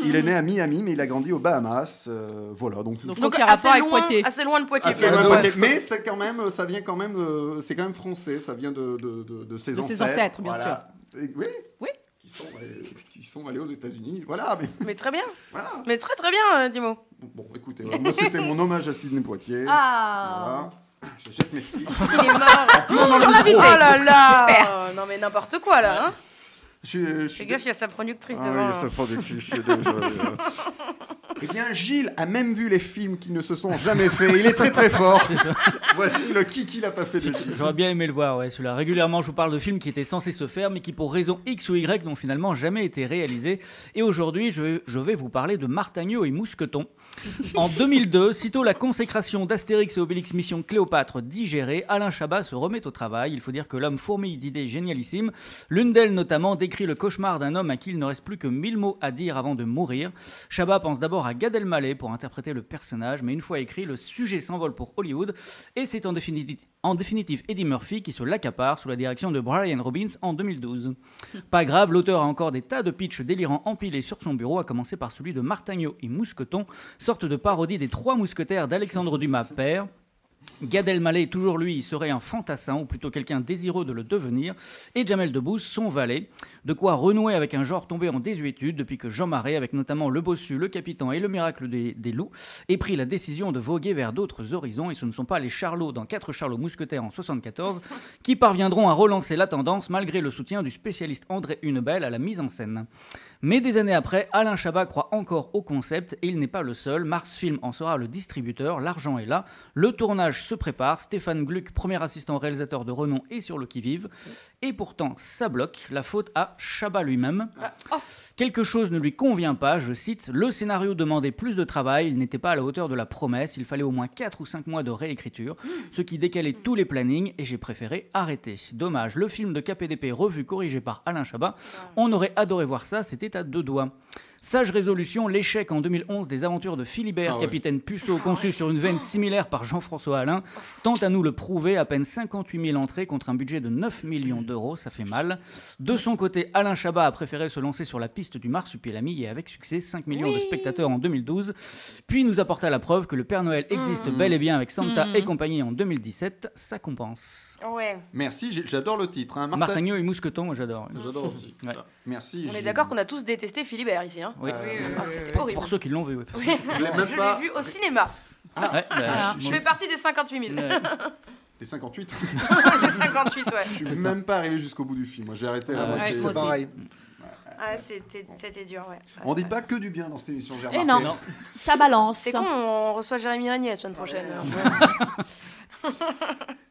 il est né à Miami, mais il a grandi aux Bahamas. euh, voilà, donc...
Donc,
Donc
aucun rapport
assez
avec
loin,
Poitiers.
assez loin de Poitiers.
Ah, c'est
un
finalement.
vrai,
bluff.
Poitiers. mais c'est quand même, ça vient quand même, euh, c'est quand même français, ça vient de, de, de- de ses
De
ancêtres.
ses ancêtres, bien
sûr. oui.
Oui.
Qui sont, allés- qui sont allés aux États-Unis. Voilà, mais
Mais très bien.
voilà.
Mais très très bien, euh, Dimo.
Bon, écoutez, voilà, moi c'était mon hommage à Sidney Poitier.
Ah.
Voilà. Je jette mes filles.
Il est mort. Sur la vidéo. Oh là là. Euh, Non mais n'importe quoi là. Hein.
Je, je
Fais
suis
gaffe, il y a sa productrice
Ah
devant.
oui, ça
hein.
prend du cul, je suis désolé. Eh bien, Gilles a même vu les films qui ne se sont jamais faits. Il est très très fort. Voici le qui qui l'a pas fait de Gilles.
J'aurais bien aimé le voir, ouais, celui-là. Régulièrement, je vous parle de films qui étaient censés se faire, mais qui pour raison X ou Y n'ont finalement jamais été réalisés. Et aujourd'hui, je, vais- je vais vous parler de Martagneau et Mousqueton. En 2002, sitôt la consécration d'Astérix et Obélix Mission Cléopâtre digérée, Alain Chabat se remet au travail. Il faut dire que l'homme fourmille d'idées génialissimes. L'une d'elles, notamment, décrit le cauchemar d'un homme à qui il ne reste plus que mille mots à dire avant de mourir. Chabat pense d'abord à Gad Elmaleh pour interpréter le personnage, mais une fois écrit, le sujet s'envole pour Hollywood et c'est en définitive, en définitive Eddie Murphy qui se l'accapare sous la direction de Brian Robbins en 2012. Pas grave, l'auteur a encore des tas de pitchs délirants empilés sur son bureau, à commencer par celui de Martagneau et Mousqueton, sorte de parodie des trois mousquetaires d'Alexandre Dumas père. Gad Elmaleh, toujours lui, serait un fantassin, ou plutôt quelqu'un désireux de le devenir, et Jamel Debbouze, son valet. De quoi renouer avec un genre tombé en désuétude depuis que Jean Marais, avec notamment Le Bossu, Le Capitan et Le Miracle des, des Loups, ait pris la décision de voguer vers d'autres horizons, et ce ne sont pas les Charlots dans 4 Charlots Mousquetaires en 74 qui parviendront à relancer la tendance malgré le soutien du spécialiste André Hunebelle à la mise en scène. Mais des années après, Alain Chabat croit encore au concept et il n'est pas le seul. Mars Film en sera le distributeur, l'argent est là, le tournage se prépare, Stéphane Gluck, premier assistant réalisateur de renom, est sur le qui-vive. Et pourtant, ça bloque, la faute à Chabat lui-même. Quelque chose ne lui convient pas, je cite, le scénario demandait plus de travail, il n'était pas à la hauteur de la promesse, il fallait au moins 4 ou 5 mois de réécriture, ce qui décalait tous les plannings et j'ai préféré arrêter. Dommage, le film de KPDP revu corrigé par Alain Chabat,
Ah.
on aurait adoré voir ça, c'était à deux doigts. Sage résolution, l'échec en 2011 des aventures de Philibert,
Ah ouais. Oh.
capitaine Puceau, conçu sur une veine similaire par Jean-François Alain, tente à nous le prouver, à peine 58 000 entrées contre un budget de 9 millions d'euros, ça fait mal. De son côté, Alain Chabat a préféré se lancer sur la piste du marsupilami et avec succès 5 millions de
Oui.
spectateurs en 2012, puis nous apporta la preuve que le Père Noël existe
Mm.
bel et bien avec Santa
Mm.
et compagnie en 2017, ça compense.
hein. Ouais.
Merci, j'ai- j'adore le titre. hein. Martin-
Martigneux et Mousqueton, moi j'adore.
J'adore aussi.
Ouais.
Merci.
On
j'ai-
est d'accord qu'on a tous détesté Philibert ici. Hein
Oui.
Ah, C'était horrible. *laughs*
Pour ceux qui l'ont vu, oui.
Oui.
Je l'ai même
Je
pas- Ah,
l'ai vu au cinéma.
Ouais, bah,
Je
moi
fais
aussi.
partie des 58 000. *laughs*
Ouais.
Les 58.
J'ai 58,
*laughs*
ouais.
Je
C'est
suis
ça.
même pas arrivé jusqu'au bout du film. Moi, j'ai arrêté à la
Ah ouais.
moitié.
C'est pareil.
Ah, c'était c'était dur, ouais.
On dit pas que du bien dans cette émission, j'ai
Eh
remarqué.
non,
Non.
ça balance.
C'est con, on reçoit Jérémy Régnier la semaine prochaine.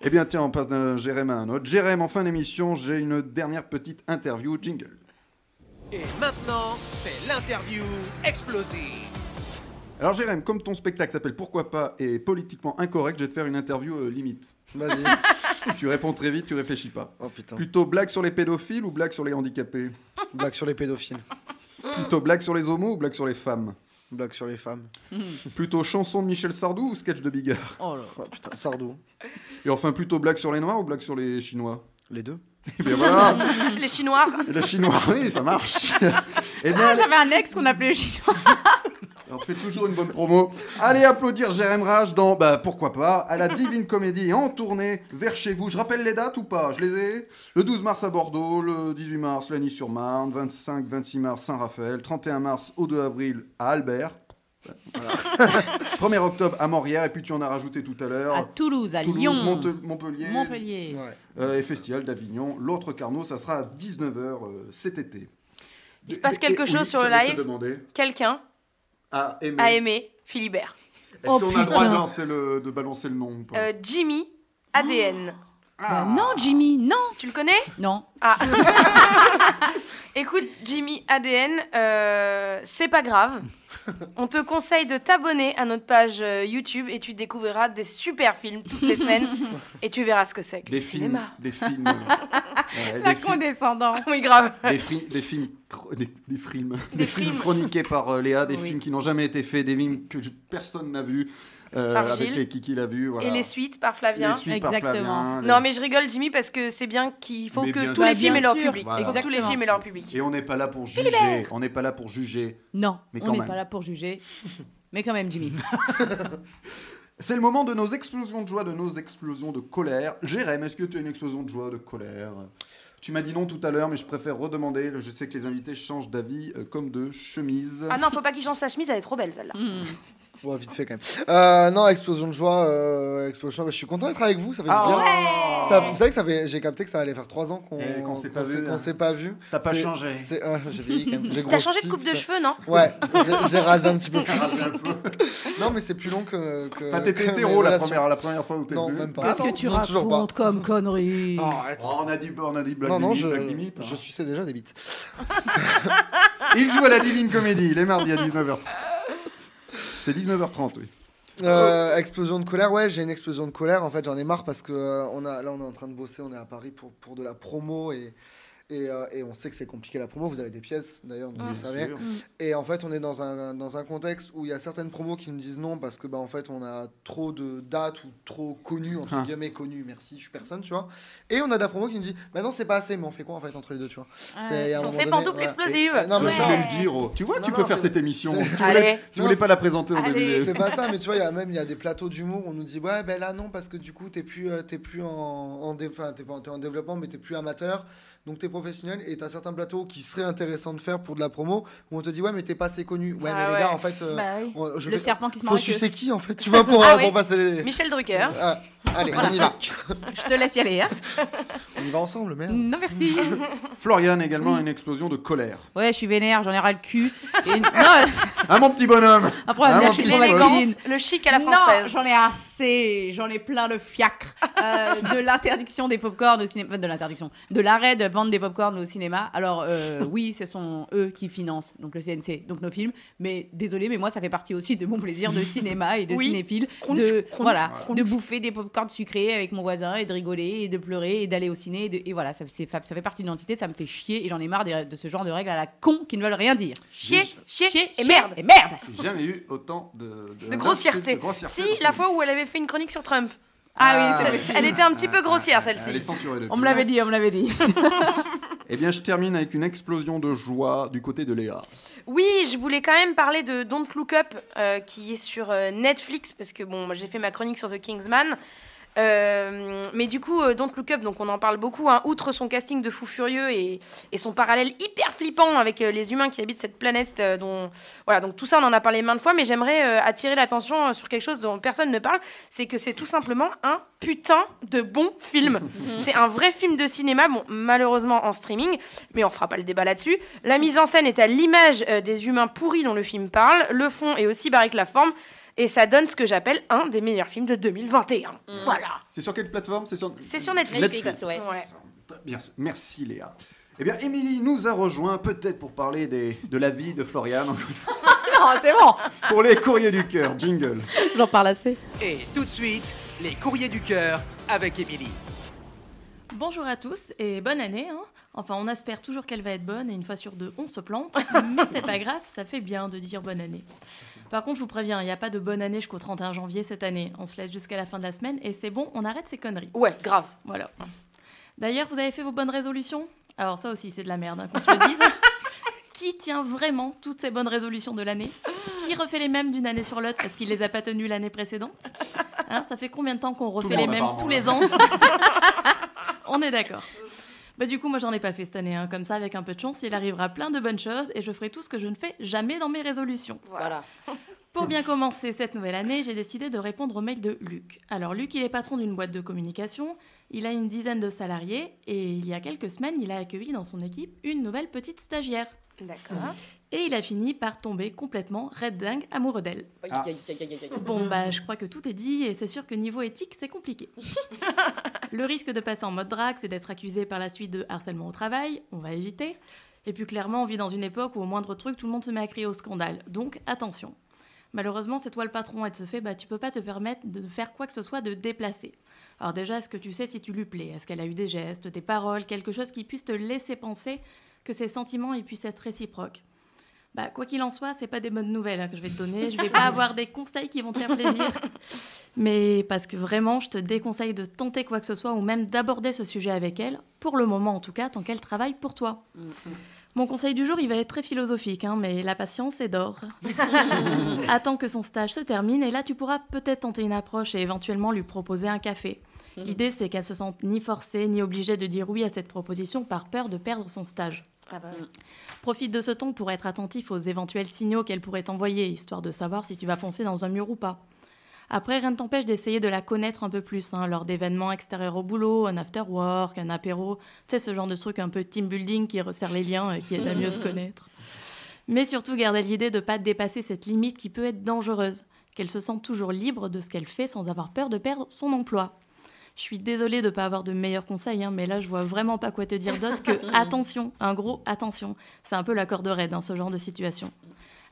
Eh bien, tiens, on passe d'un Jérém à un autre. Jérém, en fin d'émission, j'ai une dernière petite interview. Jingle.
Et maintenant, c'est l'interview explosive.
Alors, Jérém, comme ton spectacle s'appelle Pourquoi pas et politiquement incorrect, je vais te faire une interview euh, limite.
Vas-y.
*laughs*
tu réponds très vite, tu réfléchis pas.
Oh putain.
Plutôt blague sur les pédophiles ou blague sur les handicapés
Blague sur les pédophiles.
Mm.
Plutôt blague sur les homos ou blague sur les femmes
Blague sur les femmes.
Plutôt chanson de Michel Sardou ou sketch de Bigard
Oh là.
Oh, putain. Sardou.
Et enfin, plutôt blague sur les noirs ou blague sur les chinois
Les deux.
*laughs* Eh bien voilà
Les Chinois.
Et la chinoise, oui, ça marche. *laughs* Eh bien,
Ah,
allez,
j'avais un ex qu'on appelait le chinois.
on te fait toujours une bonne promo. Allez applaudir Jérém Rage dans, bah pourquoi pas, à la Divine Comédie et en tournée vers chez vous. Je rappelle les dates ou pas Je les ai. Le 12 mars à Bordeaux, le 18 mars Lagny-sur-Marne, 25-26 mars Saint-Raphaël, 31 mars au 2 avril à Albert. Voilà. 1er octobre à Morière, et puis tu en as rajouté tout à
À
l'heure.
Toulouse, à
Toulouse,
Lyon,
Monte- Montpellier,
Montpellier.
Ouais.
euh, et Festival d'Avignon. L'autre Carnot, ça sera à 19h euh, cet été.
Il se passe
Et-
quelque
et-
chose
oui,
sur le
j'allais te
live.
demander.
Quelqu'un
à aimer.
a aimé Philibert.
Est-ce
Oh,
qu'on a le droit de
putain.
lancer le, de balancer le nom ou pas
Euh, Jimmy ADN.
Bah non, Jimmy, non.
Tu le connais
Non.
*laughs* Ah Écoute, Jimmy ADN, euh, c'est pas grave. On te conseille de t'abonner à notre page euh, YouTube et tu découvriras des super films toutes les *laughs* semaines et tu verras ce que c'est que
Des
le
films,
cinéma.
des
*laughs*
films, euh, ouais,
La
des, films
condescendance.
Ah Oui, grave.
des, fri- des films, cro- des, des films, des, films
films.
chroniqués par euh, Léa, des
Oui.
films qui n'ont jamais été faits, des films que je- personne n'a vus, euh,
Par
avec
Gilles.
les Kiki l'a vu, voilà.
Et les suites par Flavien.
Les suites par
Exactement.
Flavien, les-
Non, mais je rigole, Jimmy, parce que c'est bien qu'il faut
Mais bien
que tous
sûr.
les films aient leur
Bien sûr.
public.
Voilà.
Il faut que tous les
Exactement.
films aient leur public.
Et on n'est pas là pour juger, on n'est pas là pour juger.
Non,
Mais quand
on n'est
même.
pas là pour *laughs* juger. Mais quand même, Jimmy.
C'est le moment de nos explosions de joie, de nos explosions de colère. Jérém, est-ce que tu as une explosion de joie, de colère Tu m'as dit non tout à l'heure, mais je préfère redemander. Je sais que les invités changent d'avis euh, comme de chemise.
Ah non, faut pas qu'il change sa chemise, elle est trop belle celle-là.
Hmm.
Ouais, Oh, vite fait quand même. Euh, non, explosion de joie. euh, explosion. bah, je suis content d'être avec vous. Ça fait du bien.
Ah,
Ça- vous savez que ça fait- j'ai capté que ça allait faire 3 ans qu'on
Eh, qu'on s'est pas vu,
qu'on
hein.
s'est pas vu.
T'as pas
C'est-
changé.
c'est- ah, j'ai vieilli quand même.
*laughs*
J'ai
T'as
grossi,
changé de coupe de
putain.
cheveux, non
Ouais, j'ai- j'ai rasé un petit peu
Ah, c'est
plus.
un peu-
non, mais c'est plus long que. que
Enfin, t'étais
que mes
hétéro la
relations.
première, la première fois où t'es
Non,
venu.
même pas.
Qu'est-ce que
Attends,
tu
non, toujours
racontes comme connerie
Oh, arrête.
Oh, on a dit, on a dit Black
non, non,
Limit,
je,
Black Limit, hein.
je suçais déjà des bites.
Il joue à la Divine Comédie, les mardis à 19h30. C'est 19h30, oui.
Euh, explosion de colère, ouais, j'ai une explosion de colère. En fait, j'en ai marre parce que euh, on a, là, on est en train de bosser, on est à Paris pour, pour de la promo et, Et, euh, et on sait que c'est compliqué la promo. Vous avez des pièces d'ailleurs, donc
Mm.
vous
Bien
savez.
sûr.
Et en fait, on est dans un, dans un contexte où il y a certaines promos qui nous disent non parce que bah, en fait, on a trop de dates ou trop connues, entre
Ah.
guillemets connues, merci, je suis personne, tu vois. Et on a de la promo qui nous dit bah non, c'est pas assez, mais on fait quoi en fait entre les deux, tu vois C'est, à un
Ah. On
moment
fait
donné,
pantoufle
voilà.
explosive.
Et- non, mais
T'as
genre-
jamais le dire. oh. Tu vois,
Non,
tu peux
non,
faire
c'est-
cette émission.
c'est-
Tu voulais,
Allez.
tu voulais pas la présenter au
Allez.
début.
C'est pas ça, mais tu vois, il y a même il y a des plateaux d'humour où on nous dit ouais ben là non parce que du coup t'es plus euh, t'es plus en en, dé- enfin, t'es pas- t'es en développement mais t'es plus amateur donc t'es professionnel et t'as certains plateaux qui seraient intéressants de faire pour de la promo où on te dit ouais mais t'es pas assez connu ouais
Ah
mais
ouais.
les gars en fait euh,
Bah oui.
on- je
Le
vais-
serpent qui se mord
faut
la queue.
sucer qui en fait tu vois pour,
Ah
euh,
oui.
pour passer les
Michel
Euh,
Drucker.
Ah, allez on y va
Je te laisse y aller. hein.
on y va ensemble merde
Non, merci.
Florian également a une explosion de colère.
Ouais, je suis vénère, j'en ai ras le cul. Et
*laughs*
une- Non,
Ah mon petit bonhomme
après, on va me
Ah,
dire
mon
que je suis
petit
trop
bonhomme.
misogyne.
L'élégance, le chic à la
Non,
française.
j'en ai assez, j'en ai plein le fiacre Euh,
*laughs*
de l'interdiction des popcorns au cinéma, enfin, de l'interdiction, de l'arrêt de vendre des popcorns au cinéma. Alors
*laughs*
euh, oui, ce sont eux qui financent donc le CNC, donc nos films. Mais désolé, mais moi ça fait partie aussi de mon plaisir de cinéma et de
Oui.
cinéphile,
Crunch,
de
crunch,
voilà,
crunch.
de bouffer des popcorns sucrés avec mon voisin et de rigoler et de pleurer et d'aller au ciné et, de- et voilà, ça, c'est- ça fait partie de l'identité, ça me fait chier et j'en ai marre des- de ce genre de règles à la con qui ne veulent rien dire.
Chier, chier, et merde.
et merde.
J'ai jamais eu autant de,
De grossièreté.
de grossièreté
Si,
dans
la
ce
fois où elle avait fait une chronique sur Trump.
Ah
Ah, oui,
oui.
ça- elle était un petit peu grossière
film. Elle est
celle-ci.
censurée depuis.
On me l'avait dit, on me l'avait dit.
Eh bien, je termine avec une explosion de joie du côté de Léa.
Oui, je voulais quand même parler de Don't Look Up, euh, qui est sur euh, Netflix, parce que bon, moi, j'ai fait ma chronique sur The Kingsman. Euh, mais du coup, euh, Don't Look Up, donc on en parle beaucoup, hein, outre son casting de fou furieux et, et son parallèle hyper flippant avec euh, les humains qui habitent cette planète, euh, dont voilà, donc tout ça on en a parlé maintes fois, mais j'aimerais euh, attirer l'attention euh, sur quelque chose dont personne ne parle, c'est que c'est tout simplement un putain de bon film. c'est un vrai film de cinéma, bon malheureusement en streaming, mais on fera pas le débat là-dessus. La mise en scène est à l'image euh, des humains pourris dont le film parle, le fond est aussi barré que la forme, et ça donne ce que j'appelle un des meilleurs films de 2021. Voilà.
C'est sur quelle plateforme C'est sur...
C'est sur Netflix, ouais.
Bien, merci Léa. Eh bien, Émilie nous a rejoint peut-être pour parler des, de la vie de Florian
*laughs*
Non, c'est bon.
pour les courriers du cœur. Jingle.
*laughs* J'en parle assez.
Et tout de suite, les courriers du cœur avec Émilie.
Bonjour à tous et bonne année. hein. Enfin, on espère toujours qu'elle va être bonne et une fois sur deux, on se plante. mais c'est pas grave, ça fait bien de dire bonne année. Par contre, je vous préviens, il n'y a pas de bonne année jusqu'au 31 janvier cette année. On se laisse jusqu'à la fin de la semaine et c'est bon, on arrête ces conneries.
Ouais, grave.
Voilà. D'ailleurs, vous avez fait vos bonnes résolutions Alors ça aussi, c'est de la merde, hein, qu'on se le dise. Qui tient vraiment toutes ces bonnes résolutions de l'année Qui refait les mêmes d'une année sur l'autre parce qu'il les a pas tenues l'année précédente Hein, Ça fait combien de temps qu'on refait
le
les
monde,
mêmes
apparemment,
tous
là.
les ans *laughs* On est d'accord. Bah, du coup, moi, j'en ai pas fait cette année. hein. Comme ça, avec un peu de chance, il arrivera plein de bonnes choses et je ferai tout ce que je ne fais jamais dans mes résolutions.
Voilà.
Pour bien commencer cette nouvelle année, j'ai décidé de répondre au mail de Luc. Alors Luc, il est patron d'une boîte de communication, il a une dizaine de salariés et il y a quelques semaines, il a accueilli dans son équipe une nouvelle petite stagiaire.
D'accord.
Et il a fini par tomber complètement red dingue amoureux d'elle.
Ah.
Bon, bah, je crois que tout est dit et c'est sûr que niveau éthique, c'est compliqué. Le risque de passer en mode drague, c'est d'être accusé par la suite de harcèlement au travail, on va éviter. Et puis clairement, on vit dans une époque où au moindre truc, tout le monde se met à crier au scandale. Donc attention. Malheureusement, c'est toi le patron, elle se fait, bah tu peux pas te permettre de faire quoi que ce soit de déplacer. Alors déjà, est-ce que tu sais si tu lui plais Est-ce qu'elle a eu des gestes, des paroles, quelque chose qui puisse te laisser penser que ses sentiments ils puissent être réciproques bah, quoi qu'il en soit, c'est pas des bonnes nouvelles hein, que je vais te donner. Je vais pas avoir des conseils qui vont te faire plaisir. Mais parce que vraiment, je te déconseille de tenter quoi que ce soit ou même d'aborder ce sujet avec elle, pour le moment en tout cas, tant qu'elle travaille pour toi. Mon conseil du jour, il va être très philosophique, hein, mais la patience est d'or. Attends que son stage se termine et là, tu pourras peut-être tenter une approche et éventuellement lui proposer un café. L'idée, c'est qu'elle se sente ni forcée ni obligée de dire oui à cette proposition par peur de perdre son stage.
Ah bah oui.
Profite de ce temps pour être attentif aux éventuels signaux qu'elle pourrait t'envoyer, histoire de savoir si tu vas foncer dans un mur ou pas. Après, rien ne t'empêche d'essayer de la connaître un peu plus, hein, lors d'événements extérieurs au boulot, un after work, un apéro, tu sais, ce genre de truc un peu team building qui resserre les liens et qui aide à mieux se connaître. Mais surtout, garder l'idée de ne pas dépasser cette limite qui peut être dangereuse, qu'elle se sente toujours libre de ce qu'elle fait sans avoir peur de perdre son emploi. Je suis désolée de ne pas avoir de meilleurs conseils, hein, mais là, je vois vraiment pas quoi te dire d'autre que attention, un gros attention. C'est un peu la corde raide dans ce genre de situation.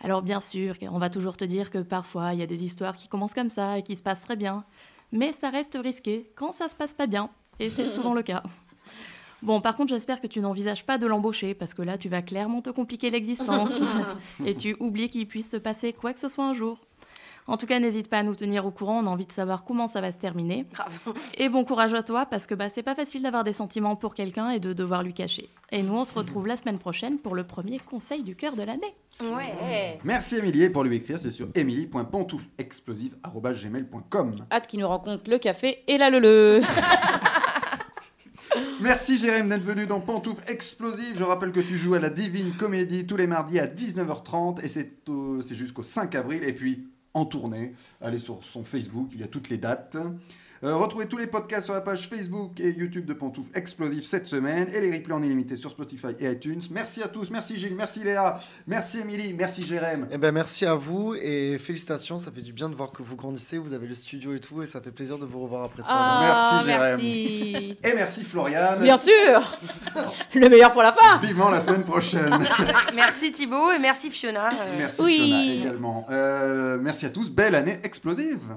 Alors bien sûr, on va toujours te dire que parfois il y a des histoires qui commencent comme ça et qui se passent très bien, mais ça reste risqué quand ça se passe pas bien, et c'est souvent le cas. Bon, par contre, j'espère que tu n'envisages pas de l'embaucher, parce que là, tu vas clairement te compliquer l'existence. et tu oublies qu'il puisse se passer quoi que ce soit un jour. En tout cas, n'hésite pas à nous tenir au courant, on a envie de savoir comment ça va se terminer. Et bon courage à toi, parce que bah, c'est pas facile d'avoir des sentiments pour quelqu'un et de devoir lui cacher. Et nous, on se retrouve la semaine prochaine pour le premier conseil du cœur de l'année.
Mm. Ouais.
Merci Émilie et pour lui écrire, c'est sur emily.pantoufleexplosive.gmail.com.
Hâte qu'il nous rencontre le café et la lele.
Merci Jérémy d'être venu dans Pantoufle Explosive. Je rappelle que tu joues à la Divine Comédie tous les mardis à 19h30 et c'est au- c'est jusqu'au 5 avril et puis en tournée. Allez sur son Facebook, il y a toutes les dates. Euh, retrouvez tous les podcasts sur la page Facebook et YouTube de Pantoufle Explosive cette semaine et les replays en illimité sur Spotify et iTunes. Merci à tous, merci Gilles, merci Léa, merci Émilie, merci Jérémy.
Eh ben merci à vous et félicitations, ça fait du bien de voir que vous grandissez, vous avez le studio et tout et ça fait plaisir de vous revoir après trois
Ah,
ans.
Merci, Jérém. merci.
Et merci Floriane.
Bien sûr Ah. Le meilleur pour la fin
Vivement la semaine prochaine.
*laughs*
merci Thibaut et merci Fiona. euh.
Merci Fiona également. Euh, merci à tous, belle année explosive.